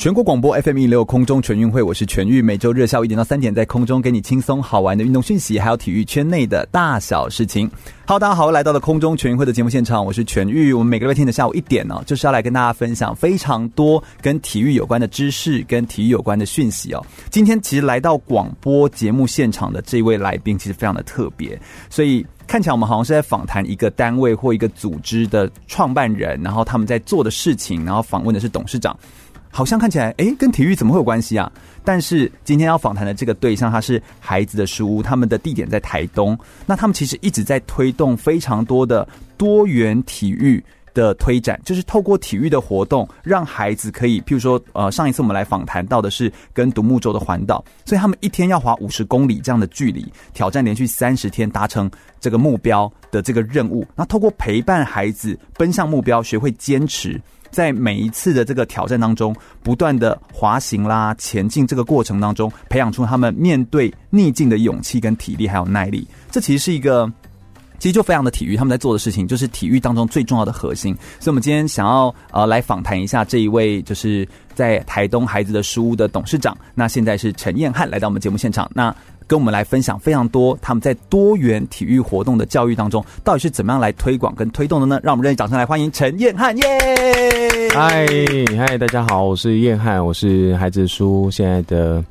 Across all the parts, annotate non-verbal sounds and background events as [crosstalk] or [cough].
全国广播 FM 一六空中全运会，我是全玉，每周日下午一点到三点在空中给你轻松好玩的运动讯息，还有体育圈内的大小事情。Hello，大家好，来到了空中全运会的节目现场，我是全玉。我们每个礼拜天的下午一点呢、哦，就是要来跟大家分享非常多跟体育有关的知识、跟体育有关的讯息哦。今天其实来到广播节目现场的这位来宾，其实非常的特别，所以。看起来我们好像是在访谈一个单位或一个组织的创办人，然后他们在做的事情，然后访问的是董事长。好像看起来，诶，跟体育怎么会有关系啊？但是今天要访谈的这个对象，他是孩子的书屋，他们的地点在台东。那他们其实一直在推动非常多的多元体育的推展，就是透过体育的活动，让孩子可以，譬如说，呃，上一次我们来访谈到的是跟独木舟的环岛，所以他们一天要划五十公里这样的距离，挑战连续三十天达成这个目标的这个任务。那透过陪伴孩子奔向目标，学会坚持。在每一次的这个挑战当中，不断的滑行啦、前进这个过程当中，培养出他们面对逆境的勇气、跟体力还有耐力。这其实是一个，其实就非常的体育，他们在做的事情就是体育当中最重要的核心。所以，我们今天想要呃来访谈一下这一位，就是在台东孩子的书屋的董事长，那现在是陈彦翰来到我们节目现场。那跟我们来分享非常多他们在多元体育活动的教育当中，到底是怎么样来推广跟推动的呢？让我们热烈掌声来欢迎陈彦翰耶！嗨嗨，大家好，我是彦翰，我是孩子书现在的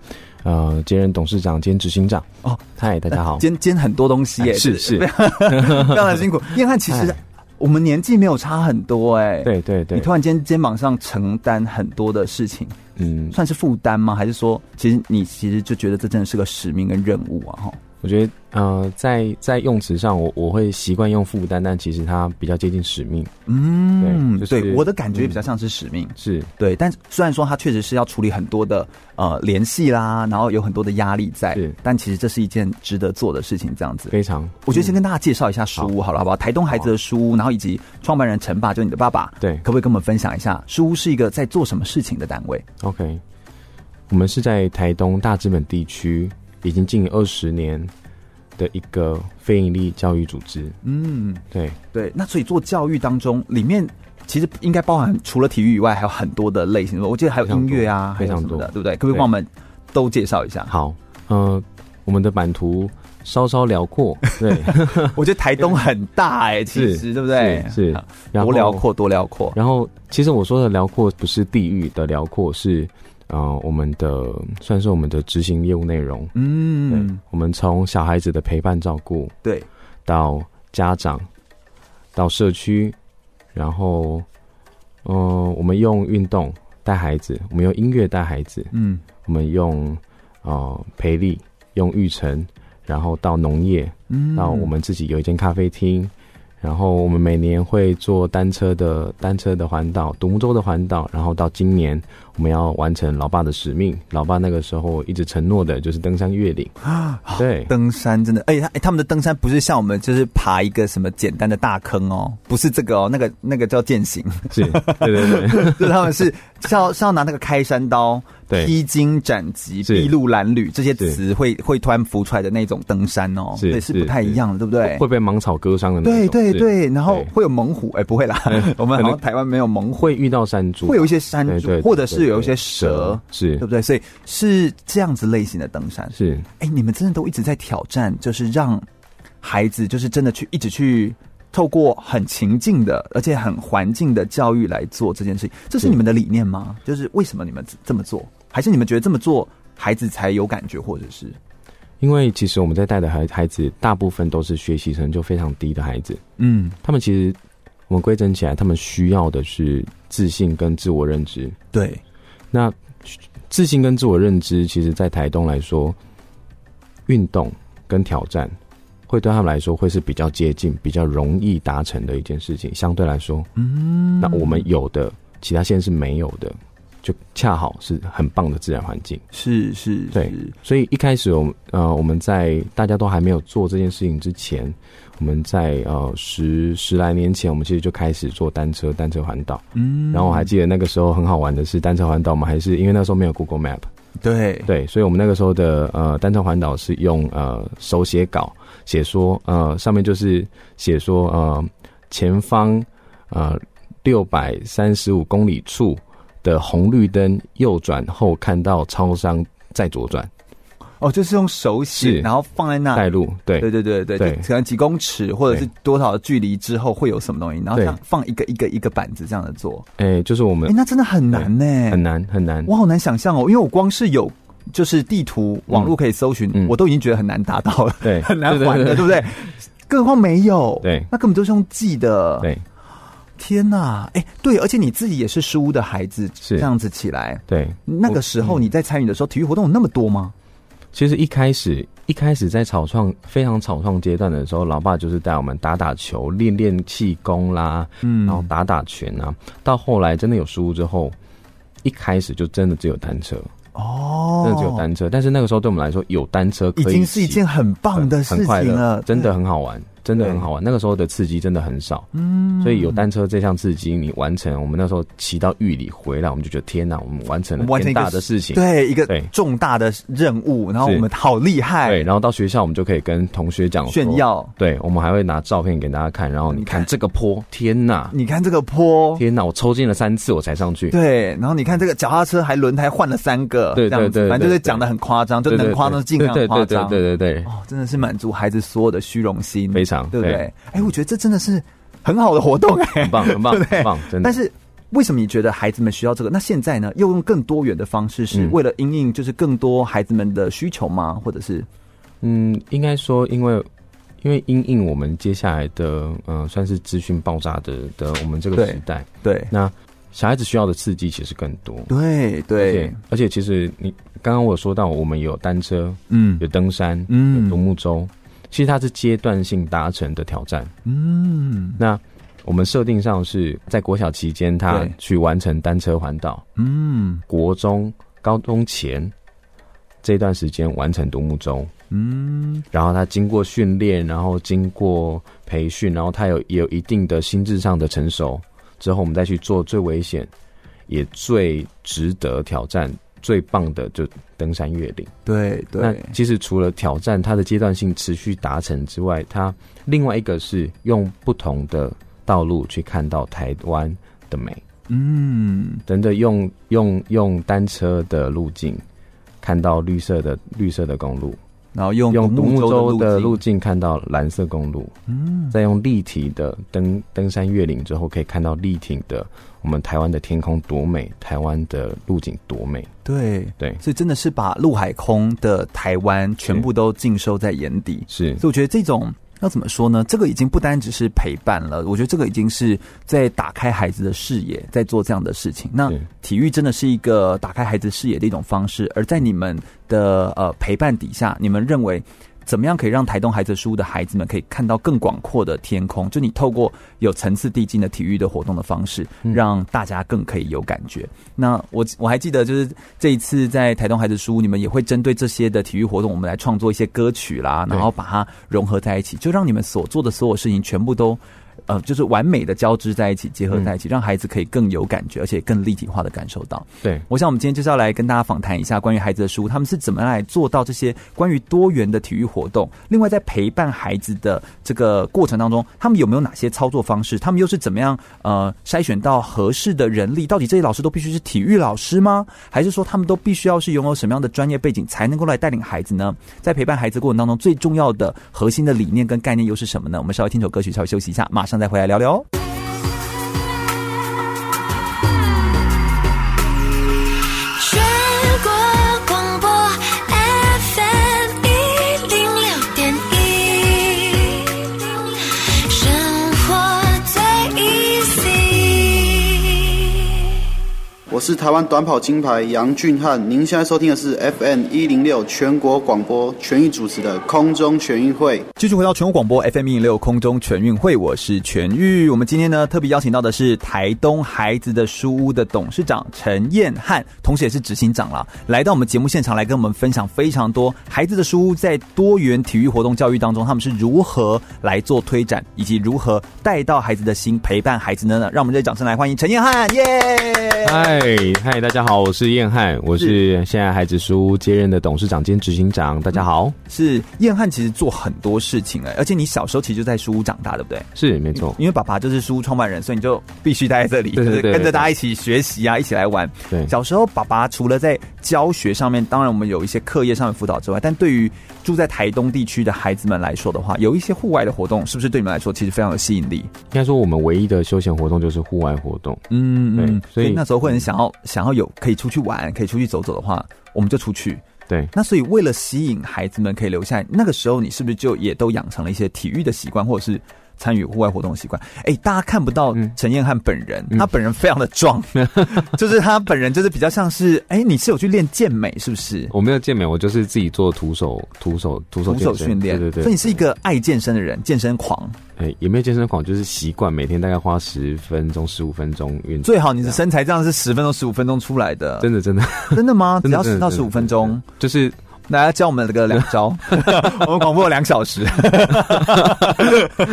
呃兼任董事长兼执行长。哦，嗨，大家好，哎兼兼很多东西耶，是 [laughs] 是非常非常的辛苦。彦翰其实哎我们年纪没有差很多哎，，对对对你，突然间肩膀上承担很多的事情，嗯，算是负担吗？还是说其实你其实就觉得这真的是个使命跟任务啊？哈，我觉得呃在在用词上我我会习惯用负担，但其实它比较接近使命，嗯，对就是对，我的感觉比较嗯像是使命。是对，但是虽然说他确实是要处理很多的呃联系啦，然后有很多的压力在是，但其实这是一件值得做的事情。这样子，非常，我觉得嗯先跟大家介绍一下书屋好了，好不好？台东孩子的书屋，然后以及创办人陈爸，就是你的爸爸，对可不可以跟我们分享一下书屋是一个在做什么事情的单位？嗯 OK，我们是在台东大资本地区已经近二十年的一个非营利教育组织。嗯，对，对。那所以做教育当中，里面其实应该包含除了体育以外，还有很多的类型。我记得还有音乐啊，还非有常什多么的，非常对多不对？可不可以帮我们都介绍一下？好，呃，我们的版图稍稍 [laughs] 辽阔，对，我觉得台东很大哎、其是实对不对？是是啊然后多辽。阔，多辽阔。然后，其实我说的辽阔不是地域的辽阔，是呃我们的算是我们的执行业务内容。嗯对，，我们从小孩子的陪伴照顾对，到家长，到社区，然后，嗯、我们用运动带孩子，我们用音乐带孩子，嗯，我们用呃培力，用育成，然后到农业，嗯到我们自己有一间咖啡厅，然后我们每年会做单车的单车的环岛，独木舟的环岛，然后到今年我们要完成老爸的使命。老爸那个时候一直承诺的就是登山越岭，啊对，登山真的，而且他、哎他们的登山不是像我们就是爬一个什么简单的大坑哦，不是这个哦，那个那个叫践行，是，对对对就是他们是是要是要拿那个开山刀。对披荆斩棘、是筚路蓝缕这些是词会会突然浮出来的那种登山哦，是对，是不是太一样的，对不对？会被芒草割伤的那对种，对是对，然后对会有猛虎，哎，不会啦， [laughs] 我们好像台湾没有猛虎，会遇到山猪，哎会有一些山对猪，对，或者对是有一些蛇，，是对不对？所以是这样子类型的登山。是，哎，你们真的都一直在挑战，就是让孩子就是真的去一直去透过很情境的，而且很环境的教育来做这件事情，这是是你们的理念吗？就是为什么你们这么做？还是你们觉得这么做孩子才有感觉，或者是因为其实我们在带的孩孩子，大部分都是学习成就非常低的孩子，嗯，他们其实我们归整起来，他们需要的是自信跟自我认知。对，那自信跟自我认知，其实在台东来说，运动跟挑战会对他们来说会是比较接近、比较容易达成的一件事情。相对来说，嗯那我们有的其他县是没有的，就恰好是很棒的自然环境。是是，对是所以一开始我们呃我们在大家都还没有做这件事情之前，我们在呃十十来年前，我们其实就开始做单车单车环岛。嗯然后我还记得那个时候很好玩的是单车环岛，我们还是因为那时候没有 Google Map，对对，所以我们那个时候的呃单车环岛是用呃手写稿写说呃上面就是写说呃前方呃六百三十五公里处的红绿灯右转后看到超商再左转哦，就是用手写，是然后放在那。带路，对啊对对对对，对就可能几公尺或者是多少的距离之后会有什么东西，然后这对样放一个一个一个板子这样的做。哎、就是我哎、们那真的很难欸呢、很难很难，我好难想象哦，因为我光是有就是地图网络可以搜寻，嗯我都已经觉得很难达到了，对， [laughs] 很难对还的，对对不对？更何况没有，对那根本就是用记的。对天呐，哎、对，而且你自己也是书屋的孩子，是嗯这样子起来，对。那个时候你在参与的时候，体育活动有那么多吗？其实一开始一开始在草创非常草创阶段的时候，老爸就是带我们打打球、练练气功啦，嗯然后打打拳啊。到后来真的有输入之后，一开始就真的只有单车，哦，真的只有单车。但是那个时候对我们来说，有单车可已以经是一骑件很棒很哦的事很快情乐了，嗯真的对。很好玩，真的对很好玩。那个时候的刺激真的很少，嗯，所以有单车这项刺激，你完成，我们那时候骑到玉里回来，我们就觉得天哪，我们完成了完成一天个大的事情，对一个对重大的任务，然后是我们好厉害对，，然后到学校我们就可以跟同学讲说炫耀。对，我们还会拿照片给大家看，然后你你看看这个坡，天哪，你看这个坡，天哪，我抽筋了三次我才上去。对，然后你看这个脚踏车还轮胎换了三个，对这样对子，对反正就是对对讲的很夸张，就对能夸张尽量对夸对对张。对对对对，哦，真的是满足孩子所有的虚荣心，非常对不对对？哎，我觉得这真的是很好的活动哎， [laughs] 很棒很棒对不对很棒真的但是为什么你觉得孩子们需要这个？那现在呢，又用更多元的方式，是嗯为了因应就是更多孩子们的需求吗？或者是嗯，应该说因为。因为因应我们接下来的，嗯、算是资讯爆炸的的我们这个对时代，对那小孩子需要的刺激其实更多。对对对，，而且其实你刚刚我有说到，我们有单车，嗯有登山，嗯有独木舟，其实它是阶段性达成的挑战。嗯那我们设定上是在国小期间，他对去完成单车环岛；嗯国中、高中前这段时间完成独木舟，嗯，然后他经过训练，然后经过培训，然后他有也有一定的心智上的成熟之后，我们再去做最危险，也最值得挑战、最棒的就登山越岭。对那对，其实除了挑战它的阶段性持续达成之外，它另外一个是用不同的道路去看到台湾的美，嗯真的用用用单车的路径看到绿色的绿色的公路，然后用用独木舟的路路径，径看到蓝色公路，嗯再用立体的登登山越岭之后，可以看到立体的我们台湾的天空多美，台湾的路景多美，对。对，所以真的是把陆海空的台湾全部都尽收在眼底。是所以我觉得这种要怎么说呢？这个已经不单只是陪伴了，我觉得这个已经是在打开孩子的视野，在做这样的事情。那是体育真的是一个打开孩子视野的一种方式，而在你们的呃陪伴底下，你们认为。怎么样可以让台东孩子书屋的孩子们可以看到更广阔的天空？就你透过有层次递进的体育的活动的方式，嗯让大家更可以有感觉。那我我还记得，就是这一次在台东孩子书屋，你们也会针对这些的体育活动，我们来创作一些歌曲啦，对然后把它融合在一起，就让你们所做的所有事情全部都呃，就是完美的交织在一起，结合在一嗯起，让孩子可以更有感觉，而且更立体化的感受到。对。我想我们今天就是要来跟大家访谈一下关于孩子的书，他们是怎么来做到这些关于多元的体育活动。另外，在陪伴孩子的这个过程当中，他们有没有哪些操作方式？他们又是怎么样呃筛选到合适的人力？到底这些老师都必须是体育老师吗？还是说他们都必须要是拥有什么样的专业背景才能够来带领孩子呢？在陪伴孩子过程当中，最重要的核心的理念跟概念又是什么呢？我们稍微听首歌曲，稍微休息一下，马上再回来聊聊哦。全国广播 FM 一零六点一，生活最 easy。我是台湾短跑金牌杨俊翰。您现在收听的是 FM 一零六全国广播全域主持的空中全运会。继续回到全国广播 FM 一零六空中全运会，我是全玉。我们今天呢特别邀请到的是台东孩子的书屋的董事长陈彦汉，同时也是执行长啦，来到我们节目现场来跟我们分享非常多孩子的书屋在多元体育活动教育当中，他们是如何来做推展，以及如何带到孩子的心，陪伴孩子呢？让我们热烈掌声来欢迎陈彦汉，耶、嗨嗨，大家好，我是燕汉，我是现在孩子书接任的董事长兼执行长。大家好，是燕汉其实做很多事情哎、而且你小时候其实就在书屋长大，对不对？是没错，因为爸爸就是书屋创办人，所以你就必须待在这里，哦对对就是对跟着大家一起学习啊，一起来玩。对小时候爸爸除了在教学上面，当然我们有一些课业上的辅导之外，但对于住在台东地区的孩子们来说的话，有一些户外的活动，是不是对你们来说其实非常有吸引力？应该说我们唯一的休闲活动就是户外活动。嗯对嗯，所所以以那时候会很想要想要有可以出去玩，可以出去走走的话，我们就出去。对，那所以为了吸引孩子们可以留下来，那个时候你是不是就也都养成了一些体育的习惯，或者是参与户外活动的习惯？哎、大家看不到嗯陈彦汉本人，嗯他本人非常的 [laughs] 壮，就是他本人就是比较像是，哎、你是有去练健美是不是？我没有健美，我就是自己做徒手、徒手、徒手徒手健身训练，对对对，所以你是一个爱健身的人，健身狂。哎，也没有健身狂，就是习惯每天大概花十分钟、十五分钟运动。最好你的身材这样是十分钟、十五分钟出来的，啊真的真的， [laughs] 真的吗？只真的要真十的到真十的五分钟， [laughs] 就是大家教我们这个两招， [laughs] 我们广播有两小时。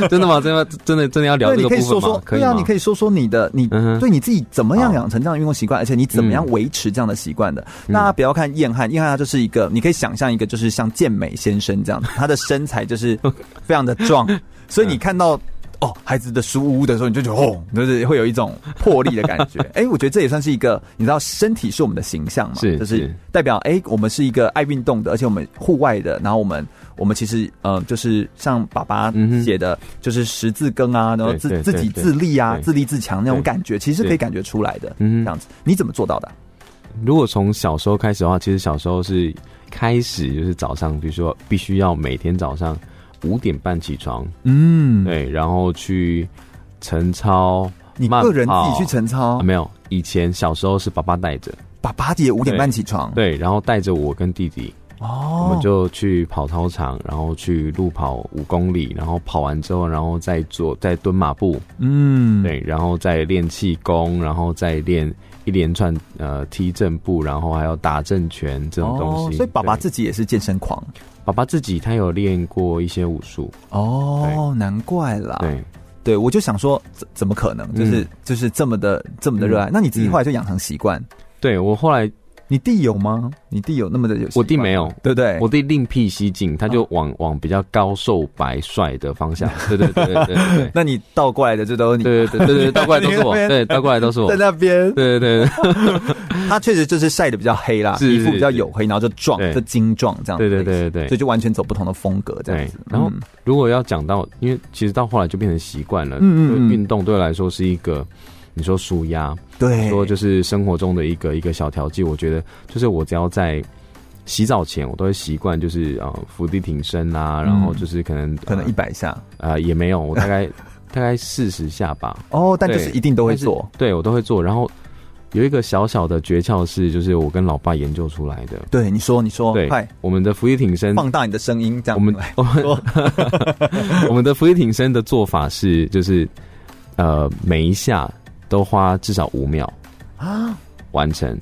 真的吗？真的真的真的要聊对，这你个可以部说分吗说？，可以对啊，吗？你可以说说你的，你、嗯哼嗯对你自己怎么样养成这样的运动习惯，而且你怎么样维持这样的习惯的。大家不要看燕汉，燕汉他就是一个，你可以想象一个就是像健美先生这样子，他的身材就是非常的 [laughs] 壮，所嗯以你看到。哦，孩子的书屋的时候，你就觉得哦，就是会有一种魄力的感 [laughs] 觉。哎、我觉得这也算是一个，你知道，身体是我们的形象嘛，是就是是代表哎、我们是一个爱运动的，而且我们户外的，然后我们我们其实呃，就是像爸爸嗯哼写的，就是十字耕啊，然后对自对自己对自立啊，对自立自强那种对感觉，其实是可以对感觉出来的。嗯这哼样子，你怎么做到的啊？如果从小时候开始的话，其实小时候是开始就是早上，比如说必须要每天早上五点半起床，嗯，对，然后去晨操。你慢个人自跑己去晨操嗯啊，，没有，以前小时候是爸爸带着，爸爸也五点半起床，，对，然后带着我跟弟弟，哦，我们就去跑操场，然后去路跑五公里，然后跑完之后，然后再做再蹲马步，嗯，对，然后再练气功，然后再练一连串呃踢正步，然后还有打正拳这种东哦西。所以爸爸对自己也是健身狂，爸爸自己他有练过一些武术，哦，难怪啦，对，对，我就想说，怎怎么可能？就是就是这么的这么的热爱？嗯那你自己后来就养成习惯，对我后来你弟有吗？你弟有那么的有习惯吗？我弟没有对不对？啊我弟另辟蹊径，他就往往比较高瘦白帅的方向，对对对对对对那你倒过来的，这都是你对对对对对，倒过来都是我 [laughs] 你那，边对，倒过来都是我在，那边，对对对他确实就是晒的比较黑啦，是皮肤比较是黝黑，然后就壮，对就精壮这样子对类对型。对对所以对。就完全走不同的风格这样对子。，然后嗯如果要讲到，因为其实到后来就变成习惯了，嗯嗯就嗯运动对我来说是一个，你说舒压，对，说就是生活中的一个一个小调剂。我觉得就是我只要在洗澡前，我都会习惯就是呃伏地挺身啦，然后就是可能嗯可能呃一百下呃也没有，我大概 [laughs] 大概四十下吧，哦，但就是对一定都会但是做。对我都会做。然后有一个小小的诀窍是，就是我跟老爸研究出来的。对，你说，你说，对快，我们的伏地挺身，哦放大你的声音，这样 [laughs] 我们来我们说 [laughs] 我们的伏地挺身的做法是，就是呃每一下都花至少五秒啊，完成，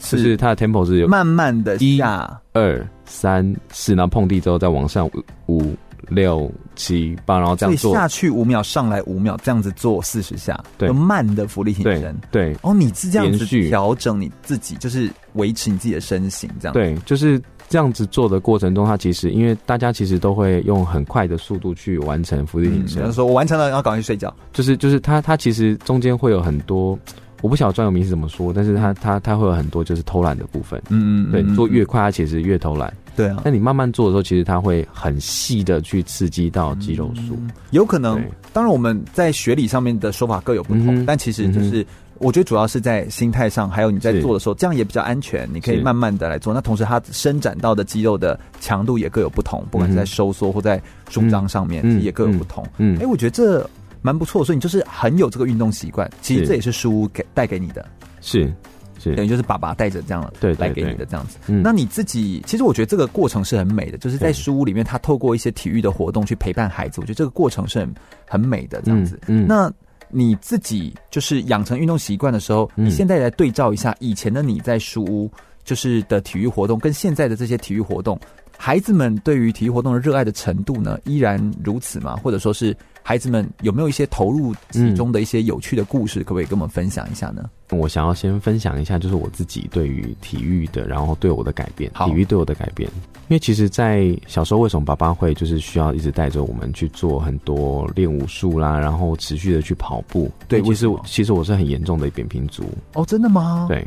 就是它的 tempo 是有慢慢的一下，二三四，然后碰地之后再往上五五六七八，然后这所样以做。下去五秒，上来五秒，这样子做四十下，对就慢的浮力挺对身。对哦，你是这样子连续调整你自己，就是维持你自己的身形，这样子。对，就是这样子做的过程中，它其实因为大家其实都会用很快的速度去完成伏地嗯，挺比身，如说我完成了，然后赶快去睡觉。就是就是它它其实中间会有很多，我不晓得专有名词怎么说，但是它它它会有很多就是偷懒的部分。嗯嗯，对，嗯做越快，它其实越偷懒。对啊，但你慢慢做的时候，其实它会很细的去刺激到肌肉束。有可能对，当然我们在学理上面的说法各有不同，嗯哼但其实就是。我觉得主要是在心态上，还有你在是做的时候，这样也比较安全。你可以是慢慢的来做，那同时它伸展到的肌肉的强度也各有不同，不管是在嗯哼收缩或在舒张上面，嗯其实也各有不同。嗯哎、，我觉得这蛮不错，所以你就是很有这个运动习惯。其实是这也是书给带给你的。是，是等于就是爸爸带着这样对对来给你的对这样子。嗯那你自己，其实我觉得这个过程是很美的，就是在对书屋里面，他透过一些体育的活动去陪伴孩子，我觉得这个过程是很很美的这样子。嗯嗯那你自己就是养成运动习惯的时候，嗯你现在来对照一下以前的你在书屋就是的体育活动，跟现在的这些体育活动，孩子们对于体育活动的热爱的程度呢，依然如此吗？或者说是孩子们有没有一些投入嗯其中的一些有趣的故事，可不可以跟我们分享一下呢？我想要先分享一下，就是我自己对于体育的，然后对我的改变，好体育对我的改变。因为其实，在小时候，为什么爸爸会就是需要一直带着我们去做很多练武术啦，然后持续的去跑步？对其实为什么我其实我是很严重的扁平足，哦，真的吗？对，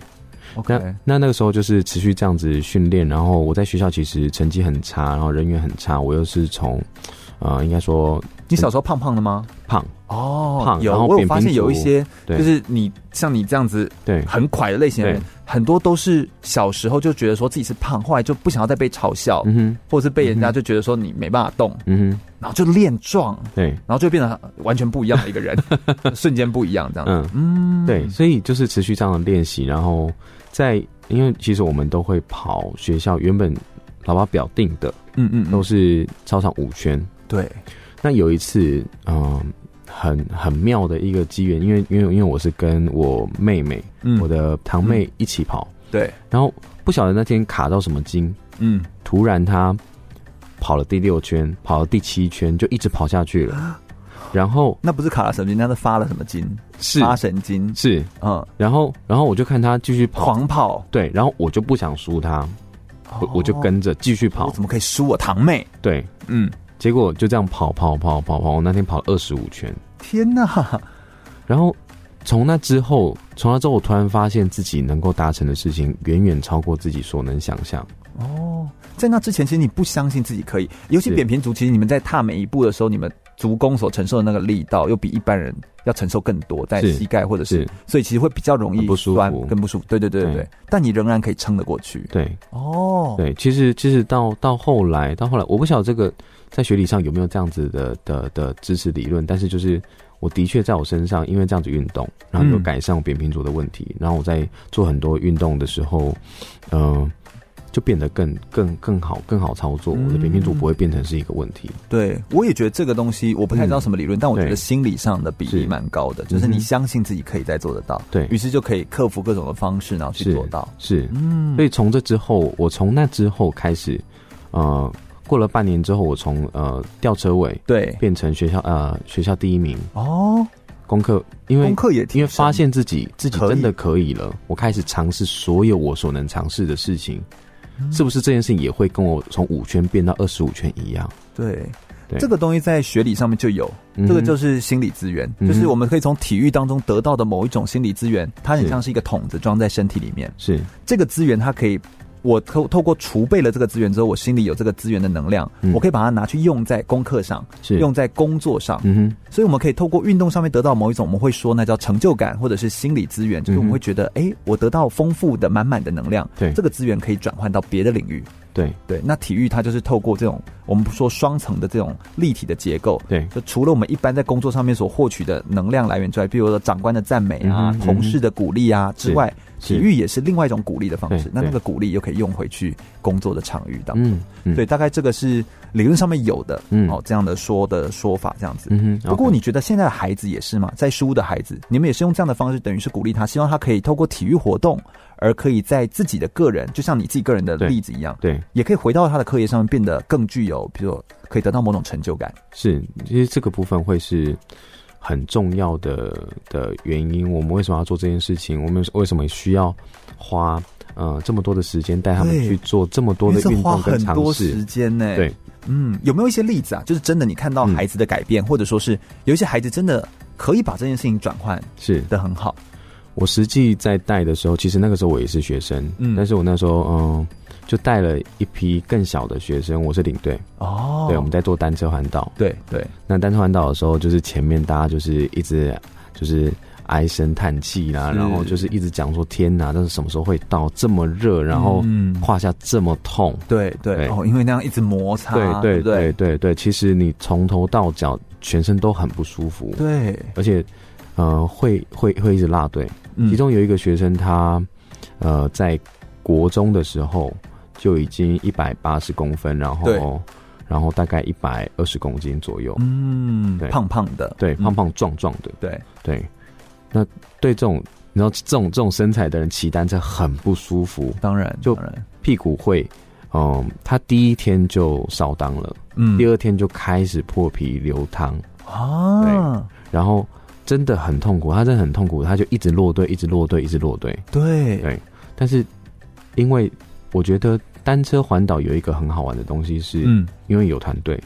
，OK，那那那个时候就是持续这样子训练，然后我在学校其实成绩很差，然后人缘很差，我又是从，呃，应该说你小时候胖胖的吗？胖，哦，胖然有后我有扁发平现有一足些，对就是你像你这样子对很垮的类型的人对，很多都是小时候就觉得说自己是胖，后来就不想要再被嘲笑，嗯哼，或者是被人嗯家哼就觉得说你没办法动，嗯哼，然后就练壮，对，然后就变得完全不一样的一 [laughs] 个人，瞬间不一样这样。嗯嗯，对，所以就是持续这样的练习，然后在因为其实我们都会跑学校原本老爸表定的嗯嗯，都是操场五圈，对，那有一次，嗯、很很妙的一个机缘，因为因为因为我是跟我妹妹，嗯我的堂妹一起跑，对，然后不晓得那天卡到什么筋，嗯，突然他跑了第六圈，跑了第七圈，就一直跑下去了。然后那不是卡了神经，那是发了什么筋？是发神经，是，嗯，然后然后我就看他继续跑，狂跑，对，然后我就不想输他，我我就跟着继续哦跑我，怎么可以输我堂妹？对，嗯，结果就这样跑跑跑跑跑，我那天跑了二十五圈，天哪，然后从那之后，从那之后，我突然发现自己能够达成的事情远远超过自己所能想象，哦，在那之前，其实你不相信自己可以，尤其是扁平足，其实你们在踏每一步的时候，你们足弓所承受的那个力道，又比一般人要承受更多，在是膝盖或者是，是所以其实会比较容易很不舒服酸更不舒服。对对对对对对，但你仍然可以撑得过去。对。哦，对，其实其实到到后来，到后来，我不晓得这个在学理上有没有这样子的的的支持理论，但是就是我的确在我身上，因为这样子运动，然后有嗯改善我扁平足的问题，然后我在做很多运动的时候，嗯、就变得更更更好，更好操作，我的扁嗯平足不会变成是一个问题。对，我也觉得这个东西我不太知道什么理论，但我觉得对心理上的比例是蛮高的，就是嗯哼你相信自己可以再做得到，对于是就可以克服各种的方式，然后去是做到。是，嗯，所以从这之后，我从那之后开始，呃，过了半年之后，我从呃吊车尾对，变成学校呃学校第一名，哦，功课因为功课也提因为升发现自己自己可以真的可以了，我开始尝试所有我所能尝试的事情，嗯是不是这件事情也会跟我从五圈变到二十五圈一样？对，对这个东西在学理上面就有，嗯哼这个就是心理资源，嗯就哼是我们可以从体育当中得到的某一种心理资源，它很是像是一个桶子装在身体里面，是这个资源它可以。我透透过储备了这个资源之后，我心里有这个资源的能量，嗯我可以把它拿去用在功课上，是用在工作上，嗯哼所以我们可以透过运动上面得到某一种，我们会说那叫成就感，或者是心理资源，就是我们嗯哼会觉得，哎、我得到丰富的、满满的能量，对这个资源可以转换到别的领域，对对，那体育它就是透过这种我们说双层的这种立体的结构，对就除了我们一般在工作上面所获取的能量来源之外，比如说长官的赞美啊、嗯哼同事的鼓励啊之外，是体育也是另外一种鼓励的方式对。那那对个鼓励又可以用回去工作的场域当中。嗯嗯对，大概这个是理论上面有的，嗯哦，这样的说的说法这样子。嗯哼，不过 OK 你觉得现在的孩子也是吗？在书屋的孩子，你们也是用这样的方式，等于是鼓励他，希望他可以透过体育活动，而可以在自己的个人，就像你自己个人的对例子一样，对也可以回到他的课业上面，变得更具有，比如说可以得到某种成就感。是，其实这个部分会是很重要的的原因。我们为什么要做这件事情？我们为什么需要花呃这么多的时间带他们对去做这么多因的为哎这运花动跟很尝多时试？间呢、对，嗯，有没有一些例子啊？就是真的你看到孩子的改变，或者说是有一些孩子真的可以把这件事情转换是的很好。我实际在带的时候，其实那个时候我也是学生，嗯但是我那时候嗯、就带了一批更小的学生，我是领队，哦对，我们在做单车环岛。对对，那单车环岛的时候，就是前面大家就是一直就是唉声叹气啦，是然后就是一直讲说天哪，这是什么时候会到这么热，然后嗯胯下这么痛。对对对哦，因为那样一直摩擦，对不啊对对对对，其实你从头到脚全身都很不舒服，对，而且呃会会会一直落队。嗯其中有一个学生他，呃，在国中的时候就已经一百八十公分，然对后然后大概一百二十公斤左右，嗯，对胖胖的，对，嗯胖，胖壮壮的，对，对。那对这种，然后这种这种身材的人骑单车很不舒服，当然，就当然屁股会，嗯，他第一天就烧裆了，嗯第二天就开始破皮流汤，啊，然后真的很痛苦，他真的很痛苦，他就一直落队，一直落队，一直落队。对，对但是因为我觉得单车环岛有一个很好玩的东西是，嗯，因为有团队，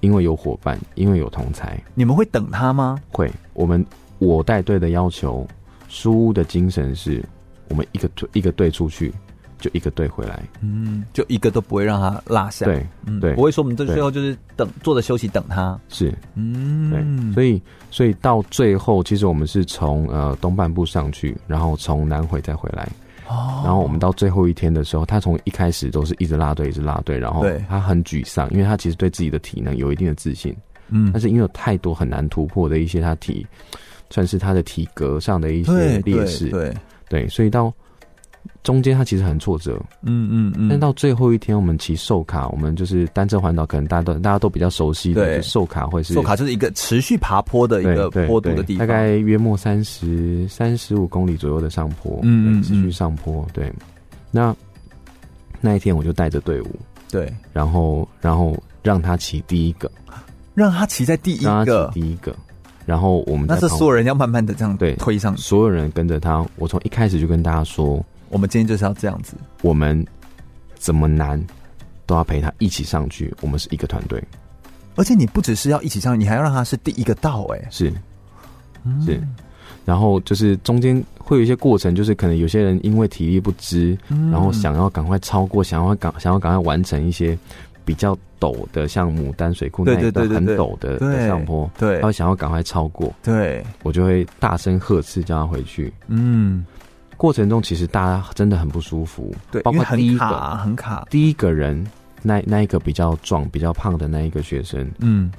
因为有伙伴，因为有同才，你们会等他吗？会我们我带队的要求，书屋的精神是我们一个队一个队出去，就一个队回来。嗯，就一个都不会让他落下，，对，嗯，对不会说我们这对最后就是等坐着休息等他，是对，嗯，所以所以到最后，其实我们是从呃东半部上去，然后从南回再回来。哦然后我们到最后一天的时候，他从一开始都是一直拉队，一直拉队，然后对他很沮丧，因为他其实对自己的体能有一定的自信，嗯但是因为有太多很难突破的一些他体，算是他的体格上的一些对劣对势，对，对，所以到中间他其实很挫折，嗯嗯嗯，但到最后一天我们骑寿卡，我们就是单车环岛，可能大家都大家都比较熟悉的对就寿卡会是寿卡就是一个持续爬坡的一个对对坡度的对地方，大概约莫三十三十五公里左右的上坡，嗯嗯嗯持续上坡，对。那那一天我就带着队伍，对，然后然后让他骑第一个，让他骑在第一让他个，骑第一个，然后我们那在是旁所有人要慢慢的这样对推上去。所有人跟着他，我从一开始就跟大家说，我们今天就是要这样子，我们怎么难都要陪他一起上去，我们是一个团队，而且你不只是要一起上，你还要让他是第一个到、哎，是是。然后就是中间会有一些过程，就是可能有些人因为体力不支，嗯然后想要赶快超过，想要赶想要赶快完成一些比较陡的，像牡丹水库那对对一段对对很对陡的对的上坡，对然后想要赶快超过，对，我就会大声呵斥叫他回去。嗯，过程中其实大家真的很不舒服，对，包因为括第很一个卡，很卡，第一个人。那那一个比较壮、比较胖的那一个学生，嗯，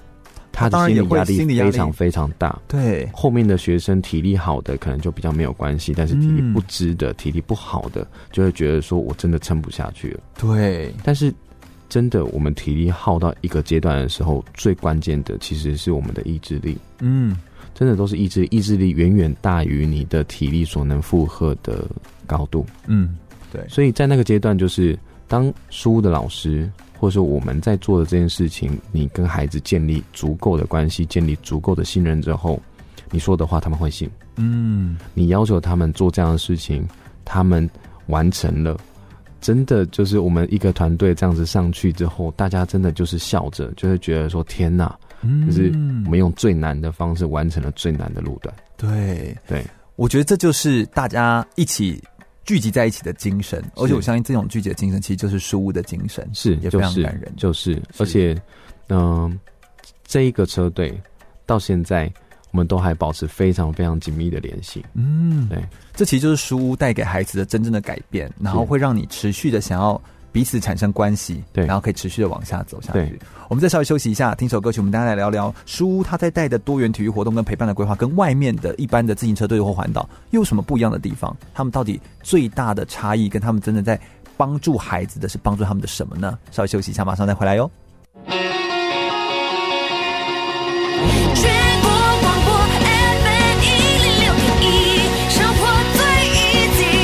他当的然心也理会压力心理压非力常非常大。对，后面的学生体力好的可能就比较没有关系，但是体力不支的、体力不好的，就会觉得说我真的撑不下去了。对，但是真的，我们体力耗到一个阶段的时候，最关键的其实是我们的意志力，嗯，真的都是意志力，意志力远远大于你的体力所能负荷的高度。嗯，所以在那个阶段，就是当书的老师。或者说我们在做的这件事情，你跟孩子建立足够的关系，建立足够的信任之后，你说的话他们会信。嗯，你要求他们做这样的事情，他们完成了，真的就是我们一个团队这样子上去之后，大家真的就是笑着，就会觉得说天呐，嗯就是我们用最难的方式完成了最难的路段。对，对，我觉得这就是大家一起聚集在一起的精神，而且我相信这种聚集的精神其实就是书屋的精神，是，也就非常是感人就是，而且，嗯、这一个车队到现在，我们都还保持非常非常紧密的联系。嗯，对，这其实就是书屋带给孩子的真正的改变，然后会让你持续的想要彼此产生关系，对然后可以持续的往下走下去对。我们再稍微休息一下，听首歌曲，我们大家来聊聊书屋它在带的多元体育活动跟陪伴的规划，跟外面的一般的自行车队或环岛又有什么不一样的地方？他们到底最大的差异，跟他们真的在帮助孩子的是帮助他们的什么呢？稍微休息一下，马上再回来哟。全国广播 FM 一零六点一，生活最 easy。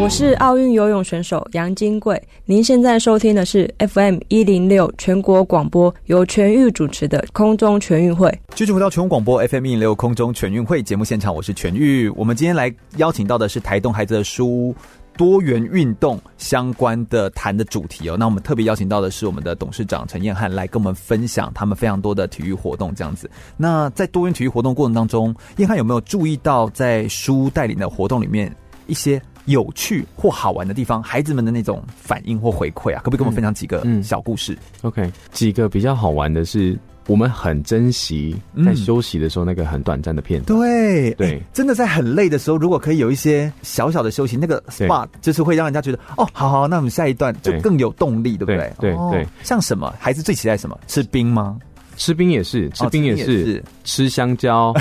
我是奥运游泳选手杨金贵，您现在收听的是 FM 一零六全国广播，由全域主持的空中全运会。继续回到全国广播 FM 一零六空中全运会节目现场，我是全玉。我们今天来邀请到的是台东孩子的书多元运动相关的谈的主题哦。那我们特别邀请到的是我们的董事长陈燕汉来跟我们分享他们非常多的体育活动这样子。那在多元体育活动过程当中，燕汉有没有注意到在书带领的活动里面一些有趣或好玩的地方，孩子们的那种反应或回馈啊？可不可以跟我们分享几个嗯嗯小故事？ OK，几个比较好玩的是，我们很珍惜在嗯休息的时候那个很短暂的片段。对对欸真的在很累的时候，如果可以有一些小小的休息，那个对 SPA 就是会让人家觉得哦，好好，那我们下一段就对更有动力，对不对？对对哦对像什么孩子最期待什么？吃冰吗？吃冰也是，吃冰也哦吃冰也是，是吃香 [laughs] 蕉，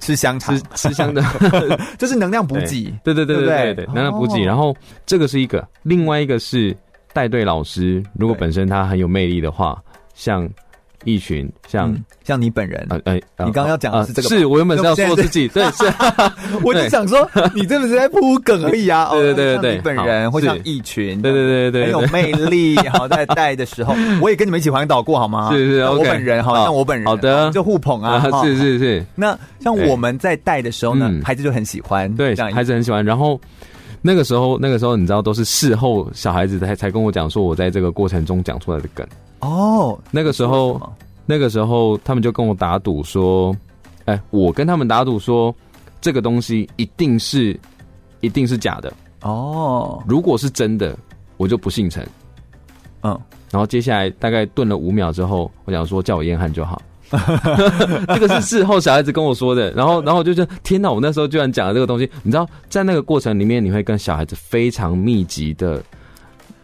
吃香肠吃，吃香的 [laughs] 就是能量补给。对对对对不对对对，能量补给。哦然后这个是一个，另外一个是带队老师，如果对本身他很有魅力的话，像一群像嗯，像你本人，呃呃，呃你刚刚要讲的呃是这个吧是我原本是要那说我们现在自己，对是， [laughs] 我就想说， [laughs] 你这不是在铺梗而已啊？哦 [laughs] 对对对像对你本好人或是像一群，对对对对很有对，魅力。好， [laughs] 在带的时候，我也跟你们一起环岛过，好吗？是是像我 OK 本人，好好像我本人，好的就互捧啊。哈 [laughs] 是是是，那像我们在带的时候呢嗯，孩子就很喜欢，对，这样孩子很喜欢。然后那个时候，那个时候你知道，都是事后小孩子才才跟我讲说，我在这个过程中讲出来的梗。哦。那个时候，那个时候他们就跟我打赌说，哎、我跟他们打赌说，这个东西一定是一定是假的，哦，如果是真的，我就不姓陈。嗯，然后接下来大概顿了五秒之后，我想说叫我燕汉就好。 [laughs] 这个是事后小孩子跟我说的，然后然后我就觉得天哪，我那时候居然讲了这个东西。你知道，在那个过程里面，你会跟小孩子非常密集的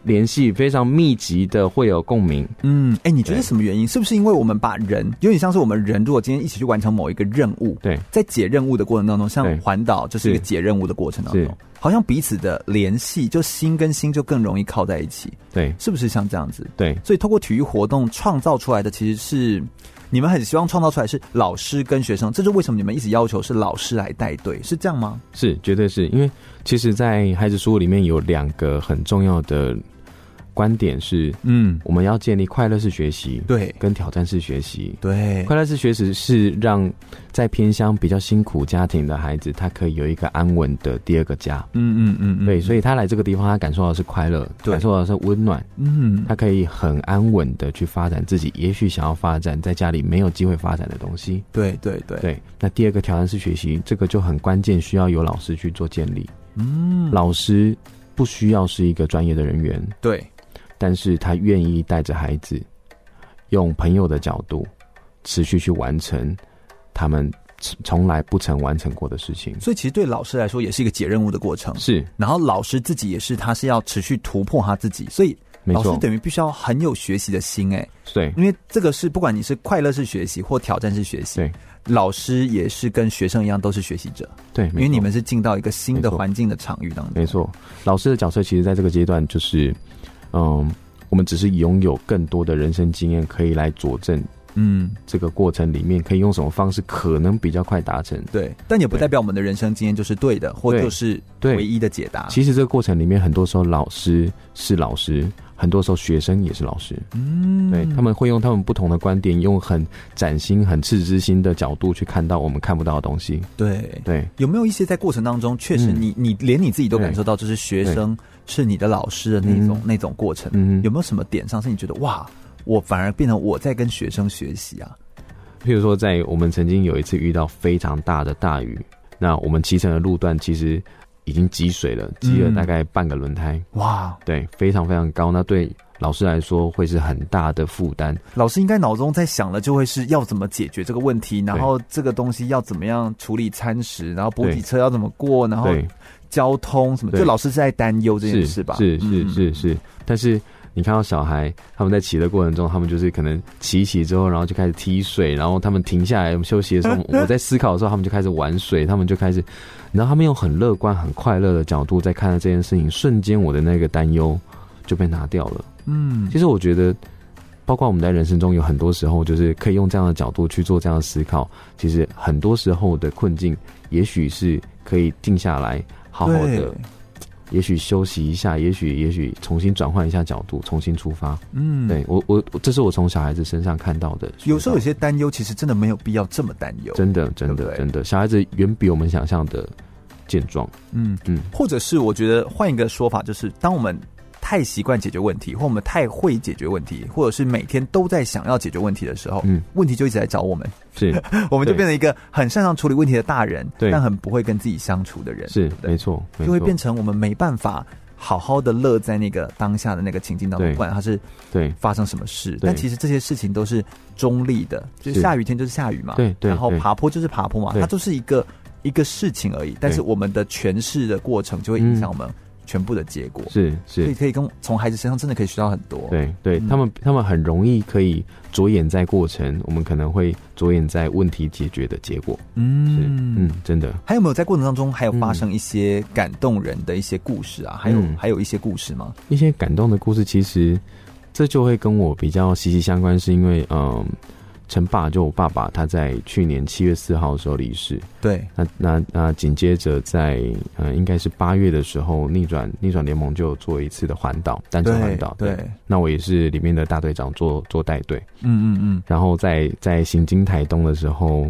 联系，非常密集的会有共鸣。嗯，哎，你觉得对什么原因？是不是因为我们把人有点像是我们人，如果今天一起去完成某一个任务，对，在解任务的过程当中，像对环岛就是一个是解任务的过程当中是，好像彼此的联系，就心跟心就更容易靠在一起，对是不是像这样子？对所以透过体育活动创造出来的，其实是你们很希望创造出来是老师跟学生，这是为什么你们一直要求是老师来带队，是这样吗？是，绝对是因为其实，在孩子书里面有两个很重要的观点是，嗯，我们要建立快乐式学习，对跟挑战式学习。对，快乐式学习是让在偏乡比较辛苦家庭的孩子，他可以有一个安稳的第二个家。嗯嗯嗯嗯，对，所以他来这个地方，他感受到的是快乐，对感受到的是温暖，嗯他可以很安稳的去发展自己，也许想要发展在家里没有机会发展的东西。对对对，对，那第二个挑战式学习，这个就很关键，需要有老师去做建立。嗯老师不需要是一个专业的人员，对但是他愿意带着孩子，用朋友的角度，持续去完成他们从从来不曾完成过的事情。所以其实对老师来说也是一个解任务的过程，是，然后老师自己也是，他是要持续突破他自己，所以没老师错，等于必须要很有学习的心、哎，对，因为这个是不管你是快乐式学习或挑战式学习，对，老师也是跟学生一样都是学习者，对，因没为你错们是进到一个新的没错环境的场域当中，没错，老师的角色其实在这个阶段就是，嗯，我们只是拥有更多的人生经验，可以来佐证嗯，这个过程里面可以用什么方式可能比较快达成。对，但也不对代表我们的人生经验就是对的，或对就是对唯一的解答。啊其实这个过程里面，很多时候老师是老师，很多时候学生也是老师。嗯对，他们会用他们不同的观点，用很崭新、很赤之心的角度去看到我们看不到的东西。对对，有没有一些在过程当中，确实嗯你、你连你自己都对感受到，就是学生是你的老师的那种、嗯那种过程，嗯有没有什么点上是你觉得哇，我反而变成我在跟学生学习啊？譬如说，在我们曾经有一次遇到非常大的大雨，那我们骑乘的路段其实已经积水了，积了嗯大概半个轮胎，哇，对，非常非常高。那对老师来说会是很大的负担。老师应该脑中在想的就会是要怎么解决这个问题，然后这个东西要怎么样处理餐食，然后补给对车要怎么过，然后对，交通什么，对就老师是在担忧这件是事吧？是是嗯是嗯是，但是。你看到小孩他们在骑的过程中，他们就是可能骑一骑之后，然后就开始踢水，然后他们停下来我们休息的时候，我在思考的时候，他们就开始玩水，他们就开始，然后他们用很乐观、很快乐的角度在看待这件事情，瞬间我的那个担忧就被拿掉了。嗯其实我觉得，包括我们在人生中有很多时候，就是可以用这样的角度去做这样的思考。其实很多时候的困境，也许是可以定下来，好好对的，也许休息一下，也许也许重新转换一下角度，重新出发。嗯，对我我我这是我从小孩子身上看到的。有时候有学些担忧其实真的没有必要这么担忧到。真的真对不的对真的，小孩子远比我们想象的健壮。嗯嗯嗯，或者是我觉得换一个说法，就是当我们太习惯解决问题，或我们太会解决问题，或者是每天都在想要解决问题的时候，嗯，问题就一直来找我们，是 [laughs] 我们就对变成一个很擅长处理问题的大人，对但很不会跟自己相处的人，是对不对没错，没就会错变成我们没办法好好的乐在那个当下的那个情境当中，对不管它是对发生什么事，对但其实这些事情都是中立的，就是是下雨天就是下雨嘛，对对然后对爬坡就是爬坡嘛，对它就是一个一个事情而已。但是我们的诠释的过程就会影响我们全部的结果，嗯是所以嗯是，可以跟从孩子身上真的可以学到很多。，对对，他们他们很容易可以着眼在过程，我们可能会着眼在问题解决的结果。是嗯嗯，真的，还有没有在过程当中还有发生一些感动人的一些故事啊？还有、嗯还有一些故事吗？一些感动的故事，其实这就会跟我比较息息相关，是因为嗯，陈爸就我爸爸他在去年七月四号的时候离世，对，那那那紧接着在呃应该是八月的时候，逆转逆转联盟就有做一次的环岛单车环对岛，，对，那我也是里面的大队长做做带队，嗯嗯嗯，然后在在行经台东的时候。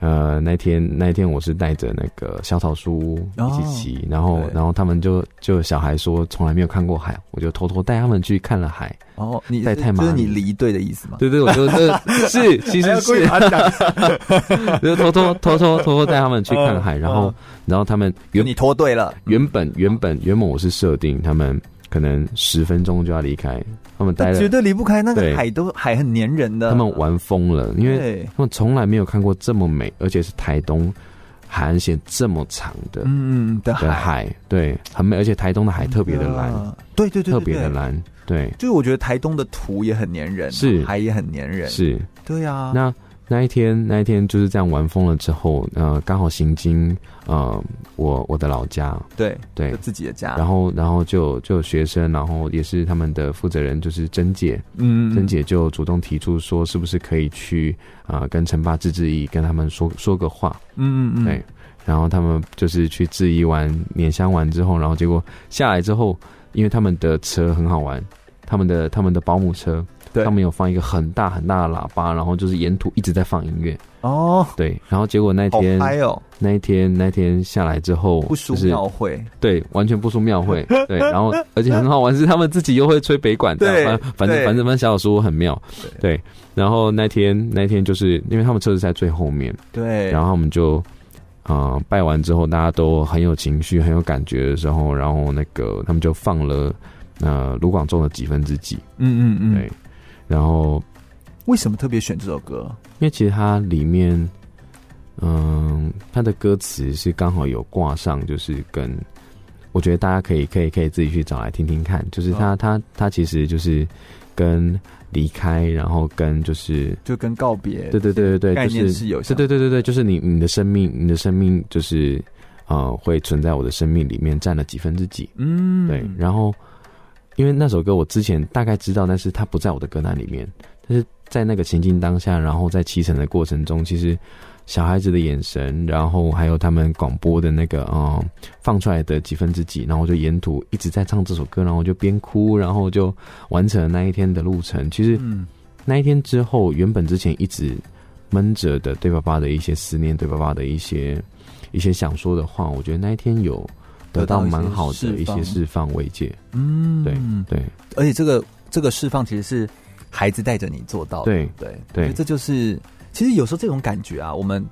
呃，那天那天我是带着那个小草书屋一起骑，然后对然后他们就就小孩说从来没有看过海，啊我就偷偷带他们去看了海。哦，你在是太麻就是你里离队的意思吗？哎对对，我就这是 [laughs] 其实是啊 [laughs] 就偷 [laughs] 偷偷偷偷偷带他们去看海，然后然后他们有原你脱队了，原本原本原本我是设定他们可能十分钟就要离开，他们待但绝了，对离不开那个对海，都海很粘人的。他们玩疯了，因为对，他们从来没有看过这么美，而且是台东海岸线这么长的嗯嗯的的海，对，很美，而且台东的海特别的蓝，嗯，对对对，特对别的。对蓝，对，就是我觉得台东的土也很粘人，是海也很粘人，是。对啊。那那一天，那一天就是这样玩疯了之后，呃，刚好行经呃我我的老家，对，对就，自己的家，然后然后就就有学生，然后也是他们的负责人，就是珍姐，嗯，珍姐就主动提出说，是不是可以去啊、呃跟陈爸致致意，跟他们说说个话，嗯，嗯嗯，对，然后他们就是去致意完、捻香完之后，然后结果下来之后，因为他们的车很好玩，他们的他们的保姆车，对他们有放一个很大很大的喇叭，然后就是沿途一直在放音乐，哦，对，然后结果那好天嗨哦，那一天那一天下来之后，不输就是庙会，对，完全不输庙 [laughs] 会，对，然后而且很好玩是他们自己又会吹北管，对这样反反对正反正反正小小说很妙，对，然后那天那天就是因为他们车子在最后面，对，然后我们就啊、呃拜完之后，大家都很有情绪、很有感觉的时候，然后那个他们就放了呃卢广仲的几分之几，嗯嗯嗯，对，然后为什么特别选这首歌？因为其实它里面，嗯，它的歌词是刚好有挂上，就是跟我觉得大家可以可以可以自己去找来听听看，就是它它它其实就是跟离开，然后跟就是就跟告别，对对对对概对，就念是是有对相，对对对对，就是你你的生命，你的生命就是呃，会存在我的生命里面占了几分之几。嗯，对，然后因为那首歌我之前大概知道，但是它不在我的歌单里面。但是在那个情境当下，然后在启程的过程中，其实小孩子的眼神，然后还有他们广播的那个嗯放出来的几分之几，然后我就沿途一直在唱这首歌，然后我就边哭，然后就完成了那一天的路程。其实嗯，那一天之后，原本之前一直闷着的对爸爸的一些思念，对爸爸的一些一些想说的话，我觉得那一天有得到蛮好的一些释放慰藉。嗯，对对而且这个这个释放其实是孩子带着你做到的，对对对我觉得这就是其实有时候这种感觉啊，我们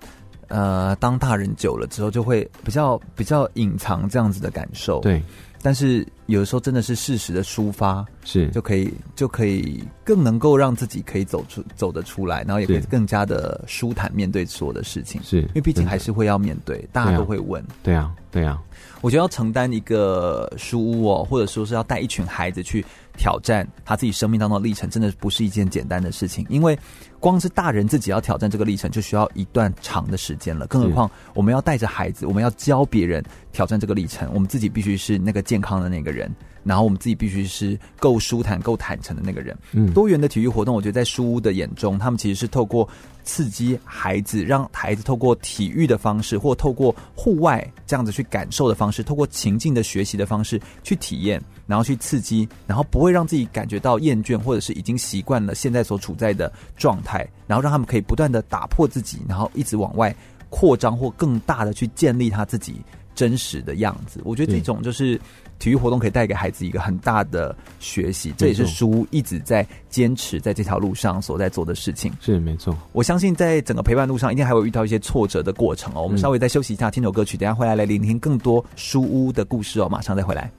呃当大人久了之后，就会比较比较隐藏这样子的感受，，对，但是有的时候真的是适时的抒发，是就可以就可以更能够让自己可以走出走得出来，然后也可以是更加的舒坦面对所有的事情。是，因为毕竟真的还是会要面对，大家对啊都会问。对啊对啊，我觉得要承担一个书屋哦，或者说是要带一群孩子去挑战他自己生命当中的历程，真的不是一件简单的事情。因为光是大人自己要挑战这个历程，就需要一段长的时间了。更何况我们要带着孩子，我们要教别人挑战这个历程，我们自己必须是那个健康的那个人，然后我们自己必须是够舒坦、够坦诚的那个人。嗯，多元的体育活动，我觉得在书屋的眼中，他们其实是透过刺激孩子，让孩子透过体育的方式，或透过户外这样子去感受的方式，透过情境的学习的方式去体验，然后去刺激，然后不会让自己感觉到厌倦，或者是已经习惯了现在所处在的状态，然后让他们可以不断的打破自己，然后一直往外扩张或更大的去建立他自己真实的样子。我觉得这嗯种就是体育活动可以带给孩子一个很大的学习，这也是没错书一直在坚持在这条路上所在做的事情。是没错，我相信在整个陪伴路上，一定还会遇到一些挫折的过程哦。我们嗯稍微再休息一下，听首歌曲，等一下回来来聆听更多书屋的故事哦。马上再回来。